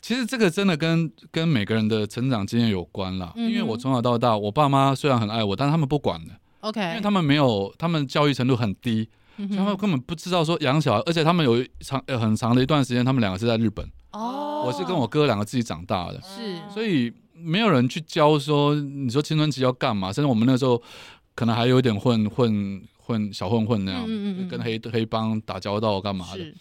Speaker 3: 其实这个真的跟跟每个人的成长经验有关啦，
Speaker 2: 嗯哼
Speaker 3: 因为我从小到大，我爸妈虽然很爱我，但他们不管的，
Speaker 2: OK，
Speaker 3: 因为他们没有，他们教育程度很低，
Speaker 2: 嗯
Speaker 3: 他们
Speaker 2: 哼
Speaker 3: 根本不知道说养小孩，而且他们有一长、呃、很长的一段时间，他们两个是在日本，
Speaker 2: 哦，
Speaker 3: 我是跟我哥两个自己长大的，
Speaker 2: 是
Speaker 3: 所以没有人去教说，你说青春期要干嘛？甚至我们那时候可能还有一点混混混小混混那样，
Speaker 2: 嗯嗯嗯嗯
Speaker 3: 跟黑黑帮打交道干嘛的。
Speaker 2: 是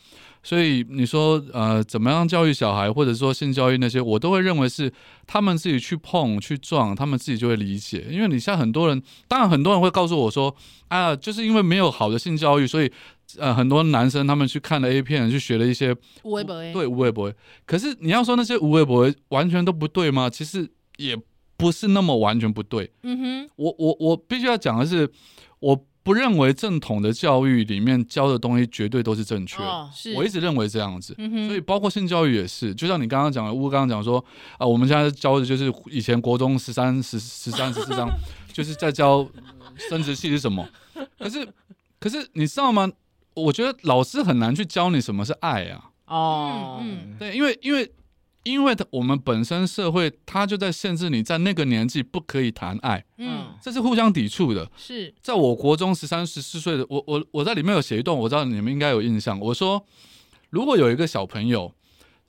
Speaker 3: 所以你说呃，怎么样教育小孩，或者说性教育那些，我都会认为是他们自己去碰、去撞，他们自己就会理解。因为你像很多人，当然很多人会告诉我说啊，就是因为没有好的性教育，所以呃，很多男生他们去看了 A 片，去学了一些
Speaker 2: 微博哎，
Speaker 3: 对无微博。可是你要说那些无微博完全都不对吗？其实也不是那么完全不对。
Speaker 2: 嗯
Speaker 3: 我我我必须要讲的是，我不认为正统的教育里面教的东西绝对都是正确的。
Speaker 1: 哦
Speaker 2: 哼，是，
Speaker 3: 我一直认为这样子。
Speaker 2: 嗯哼，
Speaker 3: 所以包括性教育也是，就像你刚刚讲的，乌刚刚讲说啊、我们现在教的就是以前国中十三、十十三、十 四章，就是在教生殖器是什么。可是，可是你知道吗？我觉得老师很难去教你什么是爱啊。
Speaker 1: 哦，
Speaker 2: 嗯嗯
Speaker 3: 对，因为因为因为他我们本身社会，它就在限制你在那个年纪不可以谈爱，
Speaker 2: 嗯，
Speaker 3: 这是互相抵触的。
Speaker 2: 是，
Speaker 3: 在我国中十三、十四岁的我，我我在里面有写一段，我知道你们应该有印象。我说，如果有一个小朋友，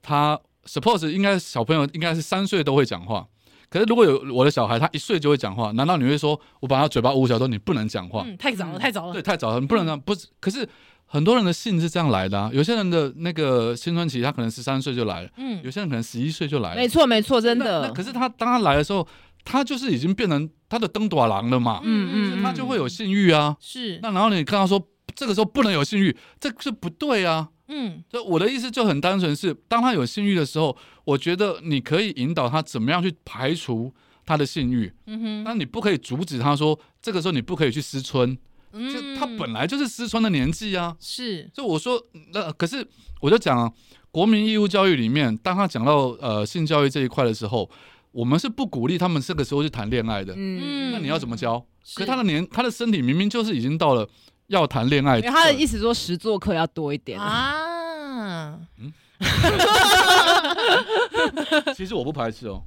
Speaker 3: 他 suppose 应该小朋友应该是三岁都会讲话，可是如果有我的小孩，他一岁就会讲话，难道你会说我把他嘴巴捂起来说你不能讲话？
Speaker 2: 嗯，太早了，
Speaker 1: 嗯
Speaker 2: 太早了
Speaker 3: 对，，太早了，你不能这样。不是，可是很多人的性是这样来的啊。有些人的那个青春期，他可能十三岁就来了，
Speaker 2: 嗯
Speaker 3: 有，些人可能十一岁就来了。
Speaker 1: 没错没错，真
Speaker 3: 那
Speaker 1: 的
Speaker 3: 那，可是他当他来的时候，他就是已经变成他的登短郎了嘛，
Speaker 1: 嗯嗯
Speaker 3: 他就会有性欲啊。
Speaker 2: 是，
Speaker 3: 那然后你跟他说这个时候不能有性欲，这是不对啊。
Speaker 2: 嗯
Speaker 3: 所以我的意思就很单纯是，当他有性欲的时候，我觉得你可以引导他怎么样去排除他的性欲，
Speaker 2: 嗯哼，
Speaker 3: 但你不可以阻止他说这个时候你不可以去思春，就他
Speaker 2: 嗯
Speaker 3: 本来就是思春的年纪啊。
Speaker 2: 是，
Speaker 3: 所以我说，那、可是我就讲、啊，国民义务教育里面，当他讲到呃性教育这一块的时候，我们是不鼓励他们这个时候去谈恋爱的。
Speaker 1: 嗯，
Speaker 3: 那你要怎么教？
Speaker 2: 是
Speaker 3: 可是他的年，他的身体明明就是已经到了要谈恋爱
Speaker 1: 因为他的意思说实做课要多一点，
Speaker 3: 啊
Speaker 2: 啊，
Speaker 3: 其实我不排斥哦，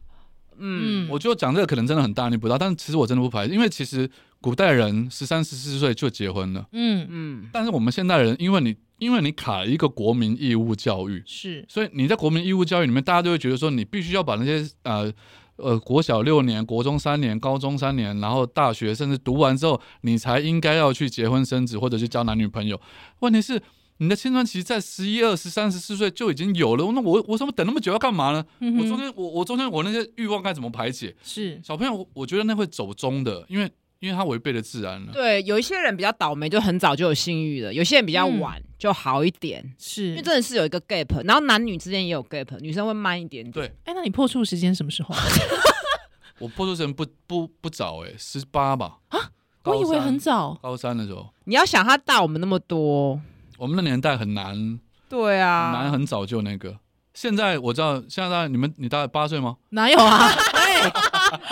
Speaker 1: 嗯，
Speaker 3: 我就讲这个可能真的很大逆不道，但其实我真的不排斥，因为其实古代人十三、十四岁就结婚了，
Speaker 2: 嗯，
Speaker 1: 嗯
Speaker 3: 但是我们现代人，因为你因为你卡了一个国民义务教育，
Speaker 2: 是，
Speaker 3: 所以你在国民义务教育里面，大家都会觉得说，你必须要把那些呃呃国小六年、国中三年、高中三年，然后大学甚至读完之后，你才应该要去结婚生子或者去交男女朋友。问题是，你的青春期在十一、二十三、十四岁就已经有了，那我我什么等那么久要干嘛呢？
Speaker 2: 嗯
Speaker 3: 我中
Speaker 2: 哼
Speaker 3: 间我我中间我那些欲望该怎么排解？
Speaker 2: 是，
Speaker 3: 小朋友，我我觉得那会走中的，因为因为他违背了自然了。
Speaker 1: 对，有一些人比较倒霉，就很早就有性欲了；有些人比较晚，
Speaker 3: 嗯
Speaker 1: 就好一点。
Speaker 2: 是，
Speaker 1: 因为真的是有一个 gap，然后男女之间也有 gap，女生会慢一点点。
Speaker 3: 对
Speaker 2: 哎，那你破处时间什么 时候？
Speaker 3: 我破处时间不不不早哎、欸，十八吧啊，
Speaker 2: 我以为很早，
Speaker 3: 高三的时候，
Speaker 1: 你要想他大我们那么多，
Speaker 3: 我们那年代很难
Speaker 1: 对
Speaker 3: 男
Speaker 1: 啊，
Speaker 3: 很早就那个。现在我知道，现在大概你们你大概八岁吗？
Speaker 2: 哪有啊？ 哎，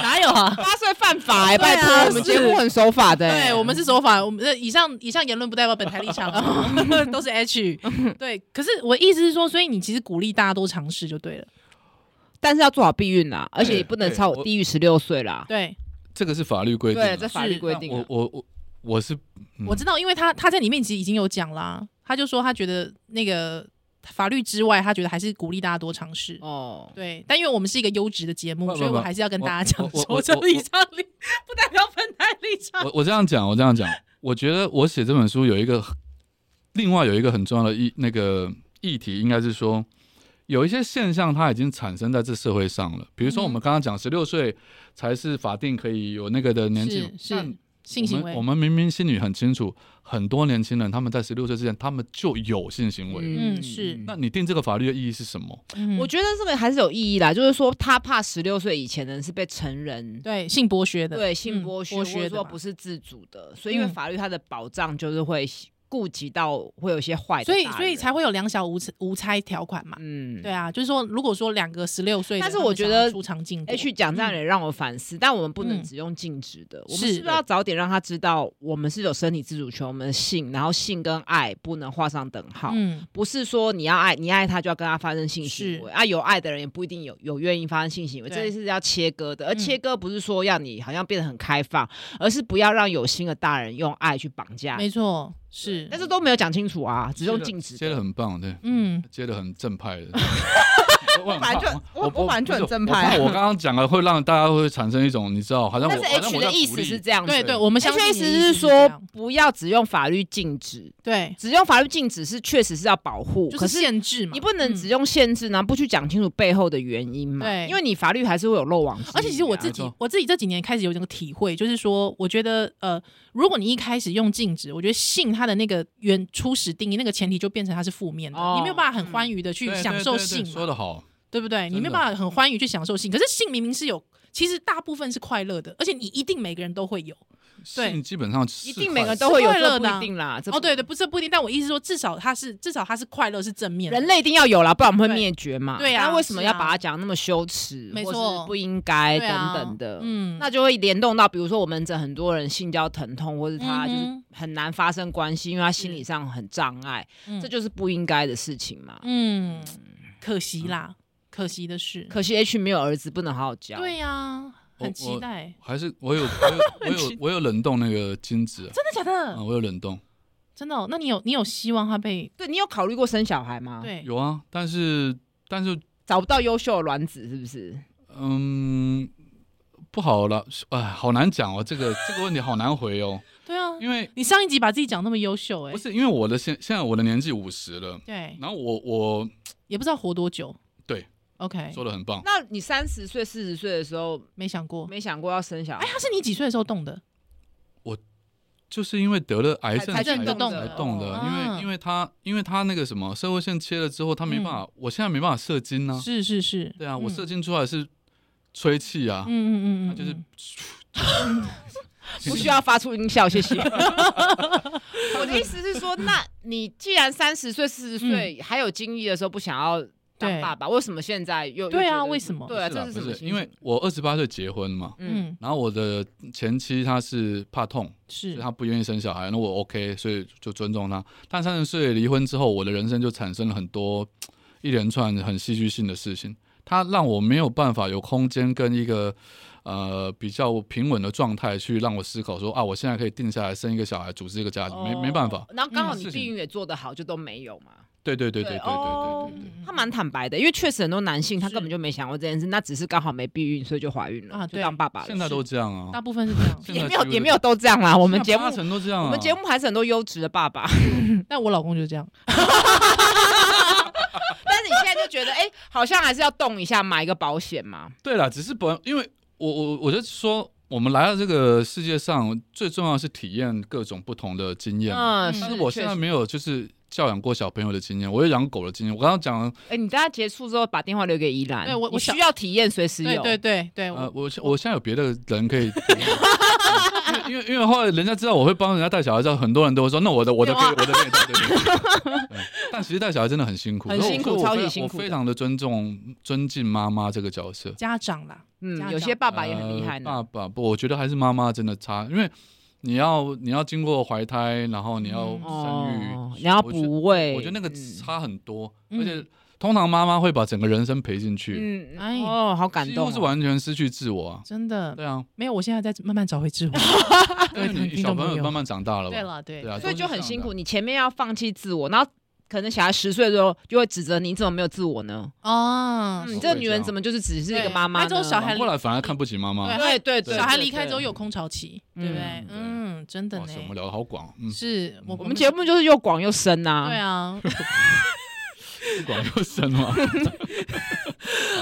Speaker 2: 哪有啊？
Speaker 1: 八岁犯法哎，
Speaker 2: 对啊
Speaker 1: 拜托，我们
Speaker 2: 是
Speaker 1: 节目很守法的哎。
Speaker 2: 对，我们是守法，我们呃以上以上言论不代表本台立场，哦 都是 H。对，可是我意思是说，所以你其实鼓励大家都尝试就对了。
Speaker 1: 但是要做好避孕啊啦，而且也不能
Speaker 3: 对
Speaker 1: 超
Speaker 3: 我
Speaker 1: 低于十六岁啦。
Speaker 2: 对，
Speaker 3: 这个是法律规定
Speaker 1: 对，
Speaker 3: 的。
Speaker 1: 这法律规定啊
Speaker 3: 我。我我我是嗯
Speaker 2: 我知道，因为他他在里面其实已经有讲啦，他就说他觉得那个法律之外，他觉得还是鼓励大家多尝试。
Speaker 1: 哦，
Speaker 2: 对，但因为我们是一个优质的节目，
Speaker 3: 不不
Speaker 2: 所以我
Speaker 3: 不
Speaker 2: 还是要跟
Speaker 3: 我
Speaker 2: 大家讲
Speaker 3: 我我
Speaker 2: 说，
Speaker 3: 我
Speaker 2: 这
Speaker 3: 我
Speaker 2: 以上立不代表本台立场。
Speaker 3: 我我这样讲，我这样讲，我觉得我写这本书有一个另外有一个很重要的议那个议题，应该是说有一些现象它已经产生在这社会上了。比如说
Speaker 2: 嗯
Speaker 3: 我们刚刚讲十六岁才是法定可以有那个的年纪
Speaker 2: 是，
Speaker 3: 但
Speaker 2: 是性行
Speaker 3: 我
Speaker 2: 为
Speaker 3: 们我，们明明心里很清楚，很多年轻人他们在十六岁之前他们就有性行为了。
Speaker 2: 嗯是
Speaker 3: 那你定这个法律的意义是什么？
Speaker 2: 嗯
Speaker 1: 我觉得这个还是有意义啦，就是说他怕十六岁以前的人是被成人
Speaker 2: 对性剥削的，
Speaker 1: 对性
Speaker 2: 嗯
Speaker 1: 剥削，
Speaker 2: 剥
Speaker 1: 或
Speaker 2: 削
Speaker 1: 者
Speaker 2: 的
Speaker 1: 说
Speaker 2: 嘛
Speaker 1: 不是自主的，所以因为
Speaker 2: 嗯
Speaker 1: 法律它的保障就是会顾及到会有一些坏的大
Speaker 2: 所
Speaker 1: 人，
Speaker 2: 以所以才会有两小无差无差条款嘛。
Speaker 1: 嗯
Speaker 2: 对。啊，就是说，如果说两个十六岁的，
Speaker 1: 但是
Speaker 2: 他们
Speaker 1: 我觉
Speaker 2: 想要
Speaker 1: 得
Speaker 2: 出场禁果
Speaker 1: H 哎讲这样也让我反思，但我们不能
Speaker 2: 嗯
Speaker 1: 只用禁止的，我
Speaker 2: 是
Speaker 1: 们是不是要早点让他知道，我们是有身体自主权，我们的性，然后性跟爱不能画上等号，
Speaker 2: 嗯，
Speaker 1: 不是说你要爱你爱他就要跟他发生性
Speaker 2: 是
Speaker 1: 行为啊，有爱的人也不一定有有愿意发生性行为，
Speaker 2: 对
Speaker 1: 这件事是要切割的，而
Speaker 2: 嗯
Speaker 1: 切割不是说要你好像变得很开放，而是不要让有心的大人用爱去绑架
Speaker 2: 没错，是，
Speaker 1: 但是都没有讲清楚啊，只用禁止
Speaker 3: 接的
Speaker 1: 的。
Speaker 3: 很棒，对，
Speaker 2: 嗯，
Speaker 3: 接的很正派 的。我很
Speaker 1: 本来就
Speaker 3: 怕
Speaker 1: 我我本来就很
Speaker 3: 不是
Speaker 1: 正派啊
Speaker 3: 我怕我刚刚讲了会让大家会产生一种你知道，好像我
Speaker 1: 但是
Speaker 3: 好像
Speaker 1: H
Speaker 3: 我
Speaker 1: 的
Speaker 3: 在
Speaker 1: 意
Speaker 3: 鼓
Speaker 1: 思
Speaker 3: 励
Speaker 1: 是这样子
Speaker 2: 对
Speaker 3: 对
Speaker 2: 对，我们相
Speaker 1: ，H
Speaker 2: 信
Speaker 1: 的意
Speaker 2: 你
Speaker 1: 思
Speaker 2: 的
Speaker 1: 是
Speaker 2: 这
Speaker 1: 说
Speaker 2: 样，
Speaker 1: 不要只用法律禁止，
Speaker 2: 对，
Speaker 1: 只用法律禁止是确实是要保护，
Speaker 2: 就
Speaker 1: 可
Speaker 2: 是
Speaker 1: 是
Speaker 2: 限制嘛，
Speaker 1: 你不能只
Speaker 2: 用。
Speaker 1: 用限制，然后不去讲清楚背后的原因嘛？
Speaker 2: 对
Speaker 1: 因为你法律还是会有漏网之鱼啊。
Speaker 2: 而且其实我自
Speaker 3: 没
Speaker 2: 己
Speaker 3: 错，
Speaker 2: 我自己这几年开始有这个体会，就是说，我觉得呃，如果你一开始用禁止，我觉得性它的那个原初始定义那个前提就变成它是负面的，
Speaker 1: 哦
Speaker 2: 你没有办法很欢愉的去
Speaker 3: 嗯对
Speaker 2: 享
Speaker 3: 对
Speaker 2: 受
Speaker 3: 对对
Speaker 2: 性嘛，
Speaker 3: 说的好，
Speaker 2: 对不对？
Speaker 3: 的
Speaker 2: 你没有办法很欢愉去享受性，可是性明明是有，其实大部分是快乐的，而且你一定每个人都会有。对
Speaker 3: 性基本上是
Speaker 1: 一定每个人都
Speaker 2: 是
Speaker 1: 会有，
Speaker 2: 快
Speaker 1: 这
Speaker 2: 乐的
Speaker 1: 不
Speaker 2: 啊
Speaker 1: 一定啦。这
Speaker 2: 哦，对对，不是不一定，但我意思说，至少它是至少它是快乐，是正面的。
Speaker 1: 人类一定要有啦，不然我们会灭绝嘛。
Speaker 2: 对对啊
Speaker 1: 那为什么
Speaker 2: 是
Speaker 1: 要
Speaker 2: 啊
Speaker 1: 把它讲得那么羞耻，
Speaker 2: 没
Speaker 1: 或是
Speaker 2: 错
Speaker 1: 不应该
Speaker 2: 对
Speaker 1: 等
Speaker 2: 啊
Speaker 1: 等的？
Speaker 2: 嗯，
Speaker 1: 那就会联动到，比如说我们诊很多人性交疼痛，或是他就是
Speaker 2: 嗯
Speaker 1: 很难发生关系，因为他心理上很障碍，
Speaker 2: 嗯
Speaker 1: 这就是不应该的事情嘛。
Speaker 2: 嗯，可惜啦。可惜的是，
Speaker 1: 可啊惜 H 没有儿子，不能好好教。
Speaker 2: 对呀、
Speaker 3: 我
Speaker 2: 很期
Speaker 3: 我
Speaker 2: 待。
Speaker 3: 还是 我有我有我有我有冷冻那个精子啊，
Speaker 2: 真的假的？
Speaker 3: 啊我有冷冻，
Speaker 2: 嗯真的、哦？那你有你有希望他被
Speaker 1: 对你有考虑过生小孩吗？，
Speaker 2: 对？
Speaker 3: 有啊，但是但是
Speaker 1: 找不到优秀的卵子是不是？
Speaker 3: 嗯，不好了，哎，好难讲哦，这个这个问题好难回哦，
Speaker 2: 对啊，
Speaker 3: 因为
Speaker 2: 你上一集把自己讲那么优秀、哎，
Speaker 3: 不是因为我的现现在我的年纪五十了，
Speaker 2: 对，
Speaker 3: 然后我我
Speaker 2: 也不知道活多久。
Speaker 3: 对
Speaker 2: ，OK，
Speaker 3: 说的很棒，
Speaker 1: 那你三十岁、四十岁的时候，
Speaker 2: 没想过。
Speaker 1: 没想过要生小
Speaker 2: 哎，
Speaker 1: 孩？
Speaker 2: 他是你几岁的时候动的？
Speaker 3: 就是因为得了癌症
Speaker 1: 才
Speaker 2: 才
Speaker 1: 震
Speaker 2: 动
Speaker 1: 动嗯
Speaker 2: 的
Speaker 3: 才动的，
Speaker 2: 哦
Speaker 3: 因
Speaker 2: 啊
Speaker 3: 为因为他因为他那个什么社会线切了之后，他没
Speaker 1: 嗯
Speaker 3: 办法，我现在没办法射精呢、
Speaker 2: 是是是，
Speaker 3: 对啊，我
Speaker 2: 嗯
Speaker 3: 射精出来是吹气啊，
Speaker 2: 嗯嗯嗯
Speaker 3: 那
Speaker 2: 嗯，
Speaker 3: 就是
Speaker 2: 嗯
Speaker 1: 嗯 不需要发出音效，谢 谢。我的意思是说，那你既然三十岁、四十岁还有精力的时候，不想要当
Speaker 2: 对
Speaker 1: 爸爸，为什么现在又
Speaker 2: 对啊
Speaker 1: 又觉得
Speaker 2: 为什么
Speaker 1: 对啊，
Speaker 3: 是啊
Speaker 1: 这是什
Speaker 3: 不
Speaker 1: 么
Speaker 3: 是
Speaker 1: 心情？
Speaker 3: 因为我二十八岁结婚嘛，
Speaker 1: 嗯，
Speaker 2: 嗯
Speaker 3: 然后我的前妻她是怕痛，所
Speaker 2: 是
Speaker 3: 以她不愿意生小孩，那我 OK，所以就尊重她。但三十岁离婚之后，我的人生就产生了很多一连串很戏剧性的事情，它让我没有办法有空间跟一个呃比较平稳的状态去让我思考说啊，我现在可以定下来生一个小孩，组织一个家庭，啊没没办法
Speaker 1: 哦。。然后刚好
Speaker 3: 嗯
Speaker 1: 你
Speaker 3: 事情
Speaker 1: 避孕也做得好，就都没有嘛。
Speaker 3: 对对对对
Speaker 1: 对
Speaker 3: 对
Speaker 1: 哦
Speaker 2: 嗯
Speaker 3: 对对对对。
Speaker 1: 他蛮坦白的，因为确实很多男性他根本就没想过这件事，那只是刚好没避孕，所以就怀孕了，
Speaker 2: 啊
Speaker 1: 就
Speaker 2: 对
Speaker 1: 当爸爸
Speaker 3: 现
Speaker 1: 了。
Speaker 3: 在都这样
Speaker 2: 大
Speaker 3: 啊，
Speaker 2: 部分是这样。
Speaker 3: 现在
Speaker 1: 也没
Speaker 3: 几乎
Speaker 1: 有
Speaker 3: 都
Speaker 1: 也没有都这样啦，我
Speaker 3: 我
Speaker 1: 们节目
Speaker 3: 八成都这样啊。
Speaker 1: 我们节目还是很多优质的爸 爸，
Speaker 2: 但我老公就是这样，
Speaker 1: 但是你现在就觉得，哎、好像还是要动一下，买一个保险嘛。
Speaker 3: 对啦，只是不，因为我我我就说，我们来到这个世界上，最重要的是体验各种不同的经验。
Speaker 1: 嗯，
Speaker 2: 是
Speaker 3: 但是我现在
Speaker 1: 确实
Speaker 3: 没有就是教养过小朋友的经验，我有养狗的经验。我刚刚讲，
Speaker 1: 哎、你大家结束之后把电话留给依兰，
Speaker 2: 对我我
Speaker 1: 你
Speaker 2: 想
Speaker 1: 需要体验，随时
Speaker 2: 对
Speaker 1: 有。
Speaker 2: 对对对，
Speaker 3: 呃，
Speaker 2: 我
Speaker 3: 我我现在有别的人可以。 因为因为因为后来人家知道我会帮人家带小孩之后，很多人都会说，那我的我的可以
Speaker 1: 有啊
Speaker 3: 我的可以带，对对对 嗯但其实带小孩真的很辛苦，
Speaker 1: 很辛苦
Speaker 3: 所以我
Speaker 1: 超级
Speaker 3: 所以
Speaker 1: 辛
Speaker 3: 我非
Speaker 1: 苦
Speaker 3: 我
Speaker 1: 的
Speaker 3: 非常的尊重尊敬妈妈这个角色。
Speaker 2: 家长啦，家
Speaker 1: 嗯，
Speaker 2: 长
Speaker 1: 有些爸爸也很厉害呢。哦
Speaker 3: 呃爸爸不，我觉得还是妈妈真的差，因为你要你要经过怀胎，然后你要
Speaker 2: 嗯
Speaker 3: 生育，
Speaker 1: 哦，你要
Speaker 3: 我觉得
Speaker 1: 补位，
Speaker 3: 我觉得那个
Speaker 1: 嗯
Speaker 3: 差很多，
Speaker 2: 嗯
Speaker 3: 而且通常妈妈会把整个人生赔进去，
Speaker 1: 嗯，
Speaker 2: 哎
Speaker 1: 哦，好感
Speaker 3: 几
Speaker 1: 动、
Speaker 3: 乎
Speaker 1: 哦，
Speaker 3: 是完全失去自我啊。
Speaker 2: 真的
Speaker 3: 对啊，
Speaker 2: 没有，我现在在慢慢找回智慧。
Speaker 3: 因为
Speaker 2: 听
Speaker 3: 你小
Speaker 2: 众
Speaker 3: 朋
Speaker 2: 朋
Speaker 3: 友
Speaker 2: 友
Speaker 3: 慢慢长大 了吧？
Speaker 2: 哦对了，对
Speaker 3: 对啊，
Speaker 1: 所以
Speaker 3: 都是
Speaker 1: 就很
Speaker 3: 这样
Speaker 1: 辛
Speaker 3: 的
Speaker 1: 苦。。你前面要放弃自我，然后可能小孩十岁的时候就会指责你怎么没有自我呢？
Speaker 2: 哦
Speaker 1: 嗯，
Speaker 3: 是
Speaker 1: 你
Speaker 3: 会
Speaker 1: 这个
Speaker 3: 这
Speaker 1: 女人
Speaker 3: 样
Speaker 1: 怎么就是只是一个
Speaker 2: 对
Speaker 1: 妈妈呢？
Speaker 2: 那这种小孩
Speaker 3: 反过来反而看不起妈妈。
Speaker 2: 对
Speaker 1: 对对对，
Speaker 2: 小孩离
Speaker 1: 对
Speaker 2: 开之后有
Speaker 1: 对
Speaker 2: 空巢期，
Speaker 1: 嗯
Speaker 2: 对不对？
Speaker 3: 对
Speaker 2: 嗯，真的
Speaker 3: 哇
Speaker 2: 呢
Speaker 3: 塞，我，们聊的好广哦，嗯，
Speaker 2: 是我
Speaker 1: 我们节目就是又广又深呐。
Speaker 2: 对啊，
Speaker 3: 不广又 深嘛。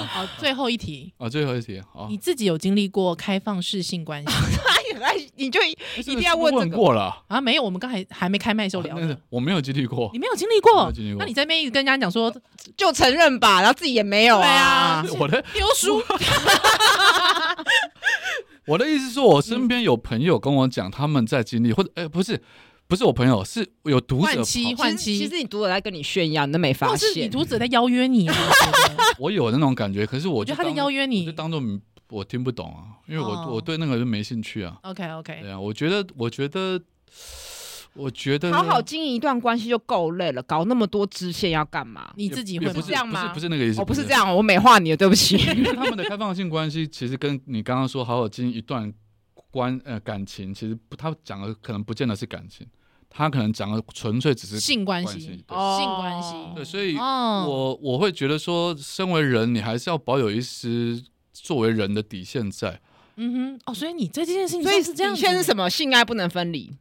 Speaker 2: 好，最后一题，
Speaker 3: 啊，最后一题，好，
Speaker 2: 你自己有经历过开放式性关系吗
Speaker 1: 对， 哎，你就
Speaker 3: 一
Speaker 1: 一定要问这个
Speaker 3: 过了。
Speaker 2: 啊？没有，我们刚才还没开麦的时候聊
Speaker 3: 啊那
Speaker 2: 的
Speaker 3: 是，我没有经历过
Speaker 2: 你，没有经历
Speaker 3: 我没
Speaker 2: 过
Speaker 3: 有，经历过
Speaker 2: 那你。在那边一直跟人家讲说
Speaker 1: 就承认吧，然后自己也没有啊
Speaker 2: 对。
Speaker 3: 我的
Speaker 2: 丢书，
Speaker 3: 我的意思是说，我身边有朋友跟我讲，他们在经历，或者哎、不是，不是我朋友，是有读者
Speaker 2: 换妻
Speaker 3: 朋友
Speaker 2: 换
Speaker 1: 其
Speaker 2: 妻
Speaker 1: 实其实你读者在跟你炫耀，你都没
Speaker 2: 或
Speaker 1: 发
Speaker 2: 是你
Speaker 1: 现。
Speaker 2: 读者在邀约你啊？我觉得
Speaker 3: 我有那种感觉，可是我
Speaker 2: 我觉
Speaker 3: 就
Speaker 2: 得他在
Speaker 3: 当
Speaker 2: 邀约
Speaker 3: 我就
Speaker 2: 你。
Speaker 3: 当做我听不懂啊，因为我、
Speaker 2: 嗯哦
Speaker 3: 我对那个就没兴趣啊。
Speaker 2: OK OK，
Speaker 3: 对啊，我觉得，我觉得，我觉得
Speaker 1: 好好经营一段关系就够累了，搞那么多支线要干嘛？
Speaker 2: 你自己
Speaker 3: 也
Speaker 2: 会
Speaker 3: 也不
Speaker 2: 吗
Speaker 3: 是
Speaker 1: 这样吗
Speaker 3: 不是不是那个意思，
Speaker 1: 哦，不是这。样，我美化你了，对不起。
Speaker 3: 因为他们的开放性关系，其实跟你刚刚说好好经营一段关呃感情，其实不，他讲的可能不见得是感情，他可能讲的纯粹只是
Speaker 2: 性关
Speaker 3: 关
Speaker 2: 系
Speaker 3: 系。，对
Speaker 1: 哦
Speaker 2: 性关系
Speaker 3: 对，所以
Speaker 2: 哦，
Speaker 3: 我我会觉得说，身为人，你还是要保有一丝作为人的底线在。
Speaker 2: 嗯哼，哦，所以你在这件事情
Speaker 1: 所以
Speaker 2: 上是这样
Speaker 1: 底
Speaker 2: 子
Speaker 1: 线
Speaker 2: 的
Speaker 1: 是什么？性爱不能分离。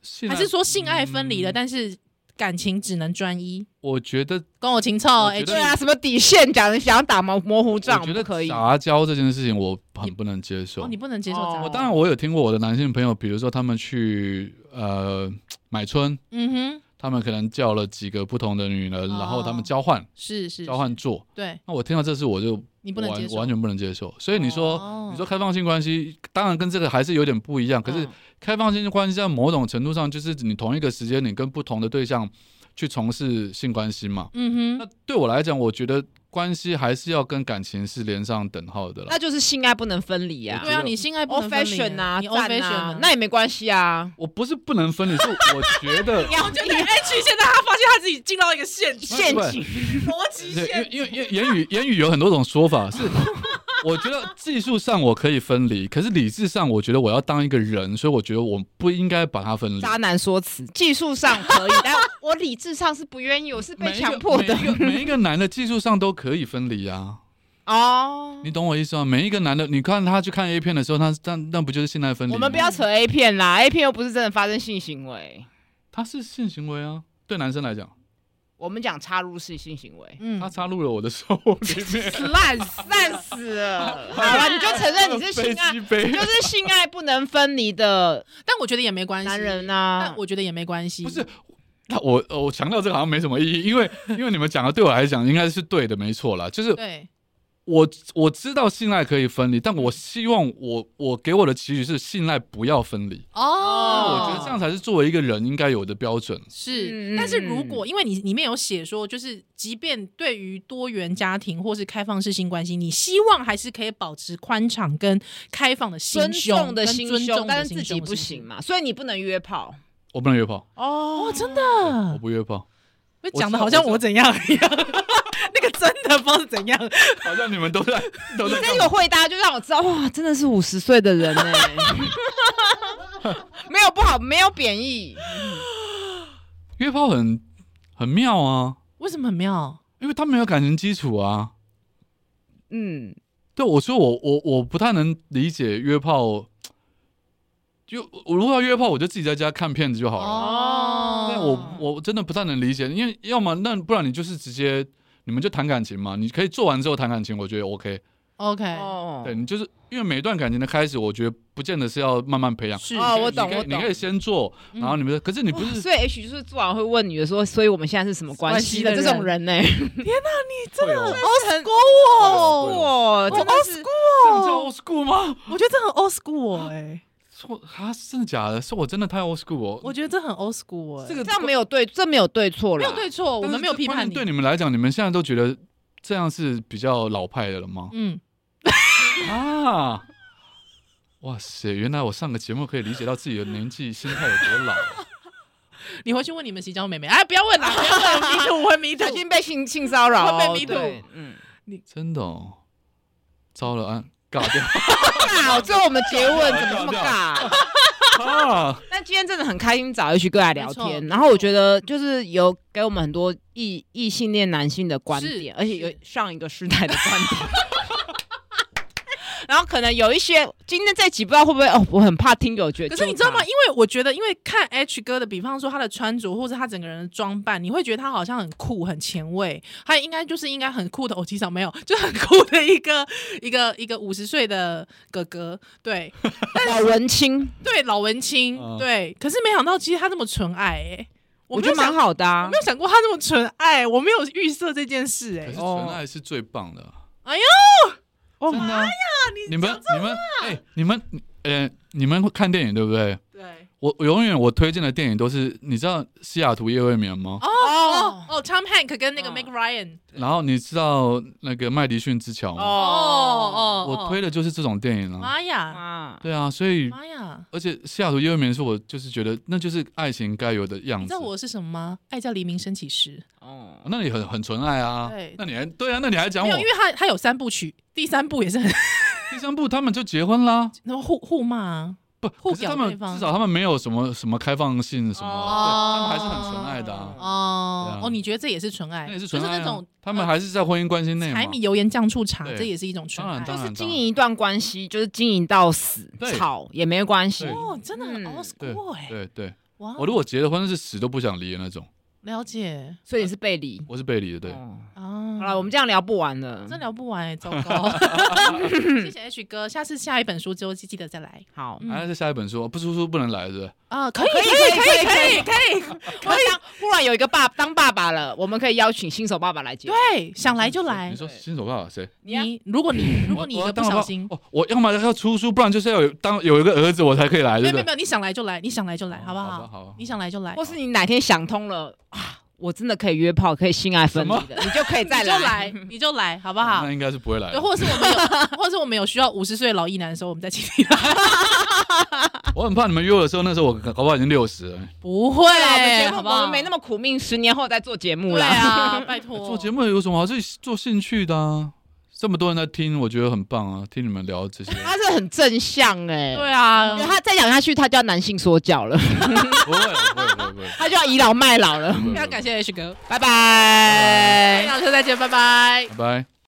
Speaker 3: 现
Speaker 2: 还
Speaker 3: 在
Speaker 2: 是说性爱分离了，
Speaker 3: 啊嗯
Speaker 2: 但是感情只能专一？
Speaker 3: 我觉得，
Speaker 2: 跟我情操
Speaker 3: 我
Speaker 2: 哎
Speaker 3: 觉，得
Speaker 1: 对啊，什么底线讲的想要打模模糊仗，
Speaker 3: 我觉
Speaker 1: 不
Speaker 3: 得
Speaker 1: 可以。
Speaker 3: 杂交这件事情，我
Speaker 2: 你
Speaker 3: 很不能接受。
Speaker 2: 哦，你不能接受
Speaker 1: 哦
Speaker 2: 这样，
Speaker 1: 我
Speaker 3: 当然，我有听过我的男性朋友，比如说他们去呃买春，
Speaker 2: 嗯哼，
Speaker 3: 他们可能叫了几个不同的女人，然后他
Speaker 2: 哦
Speaker 3: 们交换
Speaker 2: 是是，
Speaker 3: 交换做。
Speaker 2: 对
Speaker 3: 那我听到这事，我就
Speaker 2: 你不能
Speaker 3: 完
Speaker 2: 接受，
Speaker 3: 完全不能接受。所以你说。
Speaker 2: 哦
Speaker 3: 你说开放性关系，当然跟这个还是有点不一样，可是
Speaker 1: 嗯
Speaker 3: 开放性关系在某种程度上就是你同一个时间你跟不同的对象去从事性关系嘛。
Speaker 2: 嗯
Speaker 3: 那
Speaker 2: 哼，
Speaker 3: 对我来讲，我觉得关系还是要跟感情是连上等号的啦
Speaker 1: 那。就是性爱不能分离啊
Speaker 3: 我觉
Speaker 2: 对
Speaker 3: 得
Speaker 2: 啊，你性爱不
Speaker 1: ，old
Speaker 2: 能分离
Speaker 1: fashion 啊，
Speaker 2: 你 old
Speaker 1: 赞
Speaker 2: fashion
Speaker 1: 啊
Speaker 2: 啊，
Speaker 1: 那也没关系啊。
Speaker 2: 哦
Speaker 3: 我不是不能分离，是我觉得
Speaker 1: 要
Speaker 2: 哎，去现在他发现他自己进到一个陷阱，
Speaker 1: 陷阱，
Speaker 2: 逻辑
Speaker 3: 对，
Speaker 2: 陷阱。
Speaker 3: 因为因为言语言语有很多种说法，是我觉得技术上我可以分离，可是理智上我觉得我要当一个人，所以我觉得我不应该把它分离。
Speaker 1: 渣男说辞，技术上可以，但我理智上是不愿意，我是被强迫的
Speaker 3: 每一个每一个每一个男的技术上都可以分离啊，
Speaker 1: 哦。
Speaker 3: 你懂我意思吗？每一个男的，你看他去看 A 片的时候，他那那不就是性爱分离吗？
Speaker 1: 我们不要扯 A 片啦，A 片又不是真的发生性行为，
Speaker 3: 他是性行为啊，对男生来讲，
Speaker 1: 我们讲插入式性行为。
Speaker 2: 嗯
Speaker 3: 他插入了我的手里面，
Speaker 1: 烂死烂死了！ 好了，你就承认你是性爱，
Speaker 3: 飞机
Speaker 1: 你
Speaker 3: 杯
Speaker 1: 就。是性爱不能分离的
Speaker 2: 但我觉得也没关系，
Speaker 1: 男人啊呐、
Speaker 2: 但我觉得也没关系。
Speaker 3: 不是， 那我呃我强调这个好像没什么意义，因为因为你们讲的对我来讲应该是对的，没错啦。就是
Speaker 2: 对，
Speaker 3: 我我知道信赖可以分离，但
Speaker 1: 嗯
Speaker 3: 我希望我我给我的期许是信赖不要分离。
Speaker 1: 哦
Speaker 3: 我觉得这样才是作为一个人应该有的标准。
Speaker 2: 是
Speaker 1: 嗯，
Speaker 2: 但是如果因为你里面有写说，就是即便对于多元家庭或是开放式性关系，你希望还是可以保持宽敞跟开放的心
Speaker 1: 尊
Speaker 2: 胸
Speaker 1: 重的
Speaker 2: 跟
Speaker 1: 心
Speaker 2: 尊
Speaker 1: 胸，
Speaker 2: 重的
Speaker 1: 但是自
Speaker 2: 心
Speaker 1: 己
Speaker 2: 胸
Speaker 1: 不
Speaker 2: 是
Speaker 1: 行嘛，所以你不能约炮
Speaker 3: 我不能约炮，
Speaker 1: 哦
Speaker 2: 哦，真
Speaker 3: 我
Speaker 2: 的，
Speaker 3: 不约炮，
Speaker 2: 被
Speaker 3: 我
Speaker 2: 讲
Speaker 3: 知
Speaker 2: 的
Speaker 3: 道
Speaker 2: 好像我怎样一样， 那个真的不知道是怎样，
Speaker 3: 好像你们都 在都在
Speaker 1: 你这个回答就让我知 道，哇，真的是五十岁的人呢、没有不好，没有贬义，
Speaker 3: 约炮很很妙啊，
Speaker 2: 为什么很妙？
Speaker 3: 因为他没有感情基础啊。
Speaker 1: 嗯，
Speaker 3: 对，我说我我我不太能理解约炮，就我如果要约炮，我就自己在家看片子就好了。
Speaker 1: 哦
Speaker 3: 但我我真的不太能理解，因为要么那不然你就是直接你们就谈感情嘛，你可以做完之后谈感情，我觉得 OK。
Speaker 2: OK，
Speaker 1: 哦
Speaker 3: 对你就是因为每一段感情的开始，我觉得不见得是要慢慢培养。
Speaker 2: 是
Speaker 1: 哦
Speaker 3: 你
Speaker 1: 我懂
Speaker 3: 可以你可以先做，然后你们可是你不是
Speaker 1: 所以 H 就是做完会问女的说，所以我们现在是什么关系的
Speaker 2: 关系的
Speaker 1: 这
Speaker 2: 人
Speaker 1: 种人呢、
Speaker 3: 真的
Speaker 1: 哦，很
Speaker 2: 勾我，
Speaker 1: 哦，真的是
Speaker 3: 这样叫 old school 吗？
Speaker 2: 我觉得这很 old school 哎，
Speaker 3: 错啊，真的假的？是我真的太 old school 哦。
Speaker 2: 我觉得这很 old school 哎，
Speaker 3: 这个
Speaker 1: 这样没有对，这没有对错了，
Speaker 2: 没有对错，
Speaker 3: 但
Speaker 2: 我
Speaker 3: 是
Speaker 2: 们没有
Speaker 3: 这
Speaker 2: 批
Speaker 3: 关
Speaker 2: 判
Speaker 3: 键对你们来讲，你们现在都觉得这样是比较老派的了吗？
Speaker 2: 嗯，
Speaker 3: 啊！哇塞，原来我上个节目可以理解到自己的年纪、心态有多老。
Speaker 2: 你回去问你们洗脚妹妹，哎，不要 问了，不要问迷途，我会迷途
Speaker 1: 小。心被性性骚扰、哦，
Speaker 2: 会被 me too
Speaker 1: 对嗯，
Speaker 3: 真的哦，糟了，啊，尬掉
Speaker 1: 尬，最后我们结论怎么这么尬？
Speaker 3: 啊！
Speaker 1: 但今天真的很开心找 H 哥来聊
Speaker 2: 没
Speaker 1: 天，
Speaker 2: 错
Speaker 1: 然后我觉得就是有给我们很多异异性恋男性的观点，
Speaker 2: 是
Speaker 1: 而且有
Speaker 2: 是
Speaker 1: 上一个时代的观点。 然后可能有一些今天这集不知道会不会哦，我很怕听友觉得。
Speaker 2: 可是你知道吗？因？为我觉得，因为看 H 哥的，比方说他的穿着或者他整个人的装扮，你会觉得他好像很酷、很前卫，他应该就是应该很酷的。我、哦、其实没有，就很酷的一个 一个一个五十岁的哥哥，对
Speaker 1: 老文青，
Speaker 2: 对，老文青，
Speaker 3: 嗯
Speaker 2: 对。可是没想到，其实他这么纯爱、哎，
Speaker 1: 我
Speaker 2: 没
Speaker 1: 觉
Speaker 2: 有
Speaker 1: 得蛮
Speaker 2: 想，
Speaker 1: 好的啊
Speaker 2: 我没。有想过他这么纯爱，我没有预设这件事、
Speaker 3: 可
Speaker 2: 哎
Speaker 3: 是，纯爱是最棒的。
Speaker 2: 哎呦，
Speaker 1: 哦
Speaker 3: 真的啊！你们你们
Speaker 2: 啊
Speaker 3: 哎，你们呃，你们会看电影对不对？
Speaker 2: 对，
Speaker 3: 我我永远我推荐的电影都是，你知道《西雅图夜未眠》吗？
Speaker 2: 哦哦哦，Tom Hank 跟那个
Speaker 1: 嗯
Speaker 2: Meg Ryan，
Speaker 3: 然后你知道那个麦迪逊之桥吗？
Speaker 1: 哦
Speaker 2: 哦哦，哦
Speaker 3: 我推的就是这种电影啊。
Speaker 2: 妈呀
Speaker 1: 啊，
Speaker 3: 对啊，所以
Speaker 2: 妈呀！
Speaker 3: 而且《西雅图夜未眠》是我就是觉得那就是爱情该有的样
Speaker 2: 你
Speaker 3: 子。
Speaker 2: 知道我是什么吗？爱叫黎明升起时。
Speaker 1: 哦，
Speaker 3: 那你很很纯爱啊
Speaker 2: 对，
Speaker 3: 那你还对啊，那你还讲
Speaker 2: 没
Speaker 3: 我
Speaker 2: 有，因为他他有三部曲，第三部也是很
Speaker 3: 第三部他们就结婚啦，
Speaker 2: 然后互互骂啊。
Speaker 3: 不，
Speaker 2: 互
Speaker 3: 可是他
Speaker 2: 屌对
Speaker 3: 们
Speaker 2: 方
Speaker 3: 至少他们没有什么什么开放性什么，
Speaker 2: 哦
Speaker 3: 对他们还是很纯爱的啊，对
Speaker 2: 哦
Speaker 3: 啊
Speaker 2: 哦，你觉得这也是纯爱？
Speaker 3: 那也是纯爱、
Speaker 2: 就是那
Speaker 3: 啊，
Speaker 2: 种
Speaker 3: 他们还是在婚姻关系内
Speaker 2: 呃
Speaker 3: 嘛
Speaker 2: 柴米油盐酱醋茶，
Speaker 3: 对
Speaker 2: 这也是一种纯爱
Speaker 1: 就
Speaker 3: 当。然
Speaker 1: 是经
Speaker 3: 当
Speaker 1: 营一段关系，就是经营到死，
Speaker 3: 对
Speaker 1: 吵也没关系
Speaker 3: 对。
Speaker 2: 哦，真的很
Speaker 1: 嗯
Speaker 2: old
Speaker 3: 对
Speaker 2: school 哎。
Speaker 3: 对对，
Speaker 2: 哇，
Speaker 3: 我如果结了婚是死都不想离的那种，
Speaker 2: 了解
Speaker 1: 所以你是被离。
Speaker 3: 我是被离的，对，
Speaker 1: 哦
Speaker 2: 啊。
Speaker 1: 好了，我们这样聊不完了。
Speaker 2: 真聊不完 哎，糟糕。谢谢 H 哥，下次下一本书之后记记得再来。
Speaker 1: 好，
Speaker 3: 还、是下一本书哦不出书不能来是不是？
Speaker 2: 啊，可以
Speaker 1: 哦可以可以
Speaker 2: 以可以可以，
Speaker 1: 我想忽然有一个爸当爸爸了，我们可以邀请新手爸爸来接。
Speaker 2: 对，想来就来
Speaker 3: 你。说新手爸爸谁？
Speaker 1: 你啊
Speaker 2: 你如果你如果你一
Speaker 3: 我
Speaker 2: 个
Speaker 3: 要
Speaker 2: 不
Speaker 3: 当老
Speaker 2: 小
Speaker 3: 爸
Speaker 2: 心，
Speaker 3: 哦，我要么要出书，不然就是要有当有一个儿子我才可以来，
Speaker 2: 没有
Speaker 3: 对不
Speaker 2: 没有没
Speaker 3: 对？
Speaker 2: 有，你想来就来，你想来就来，
Speaker 3: 哦
Speaker 2: 好不
Speaker 3: 好吧好吧
Speaker 2: 你想来就来，
Speaker 1: 或是你哪天想通了啊，我真的可以约炮，可以性爱分离的，你就可以再
Speaker 2: 你就来，你就来，好不好
Speaker 3: 那？应该是不会来
Speaker 2: 对，
Speaker 3: 的。
Speaker 2: 或者是我们有，或者是我们有需要五十岁的老一男的时候，我们再请你来。
Speaker 3: 我很怕你们约我的时候，那时候我搞不好已经六十了。
Speaker 2: 不会
Speaker 1: 对啊，我们节，目
Speaker 2: 好不
Speaker 1: 我
Speaker 2: 好？
Speaker 1: 们没那么苦命，十年后再做节目
Speaker 2: 对
Speaker 1: 啦。
Speaker 2: 啊，拜托。
Speaker 3: 做节目有什么好？自己做兴趣的啊，这么多人在听，我觉得很棒啊，听你们 聊这些。
Speaker 1: 他是很正向哎、
Speaker 2: 对啊，
Speaker 1: 因为他再讲下去，他就要男性说教了，
Speaker 3: 不会，不会，不会，不会。
Speaker 1: 他就要倚老卖老了。
Speaker 3: 不会
Speaker 2: 非常感，谢 H 哥，
Speaker 1: 拜拜
Speaker 2: 哎下车再见，拜拜。
Speaker 3: 拜拜。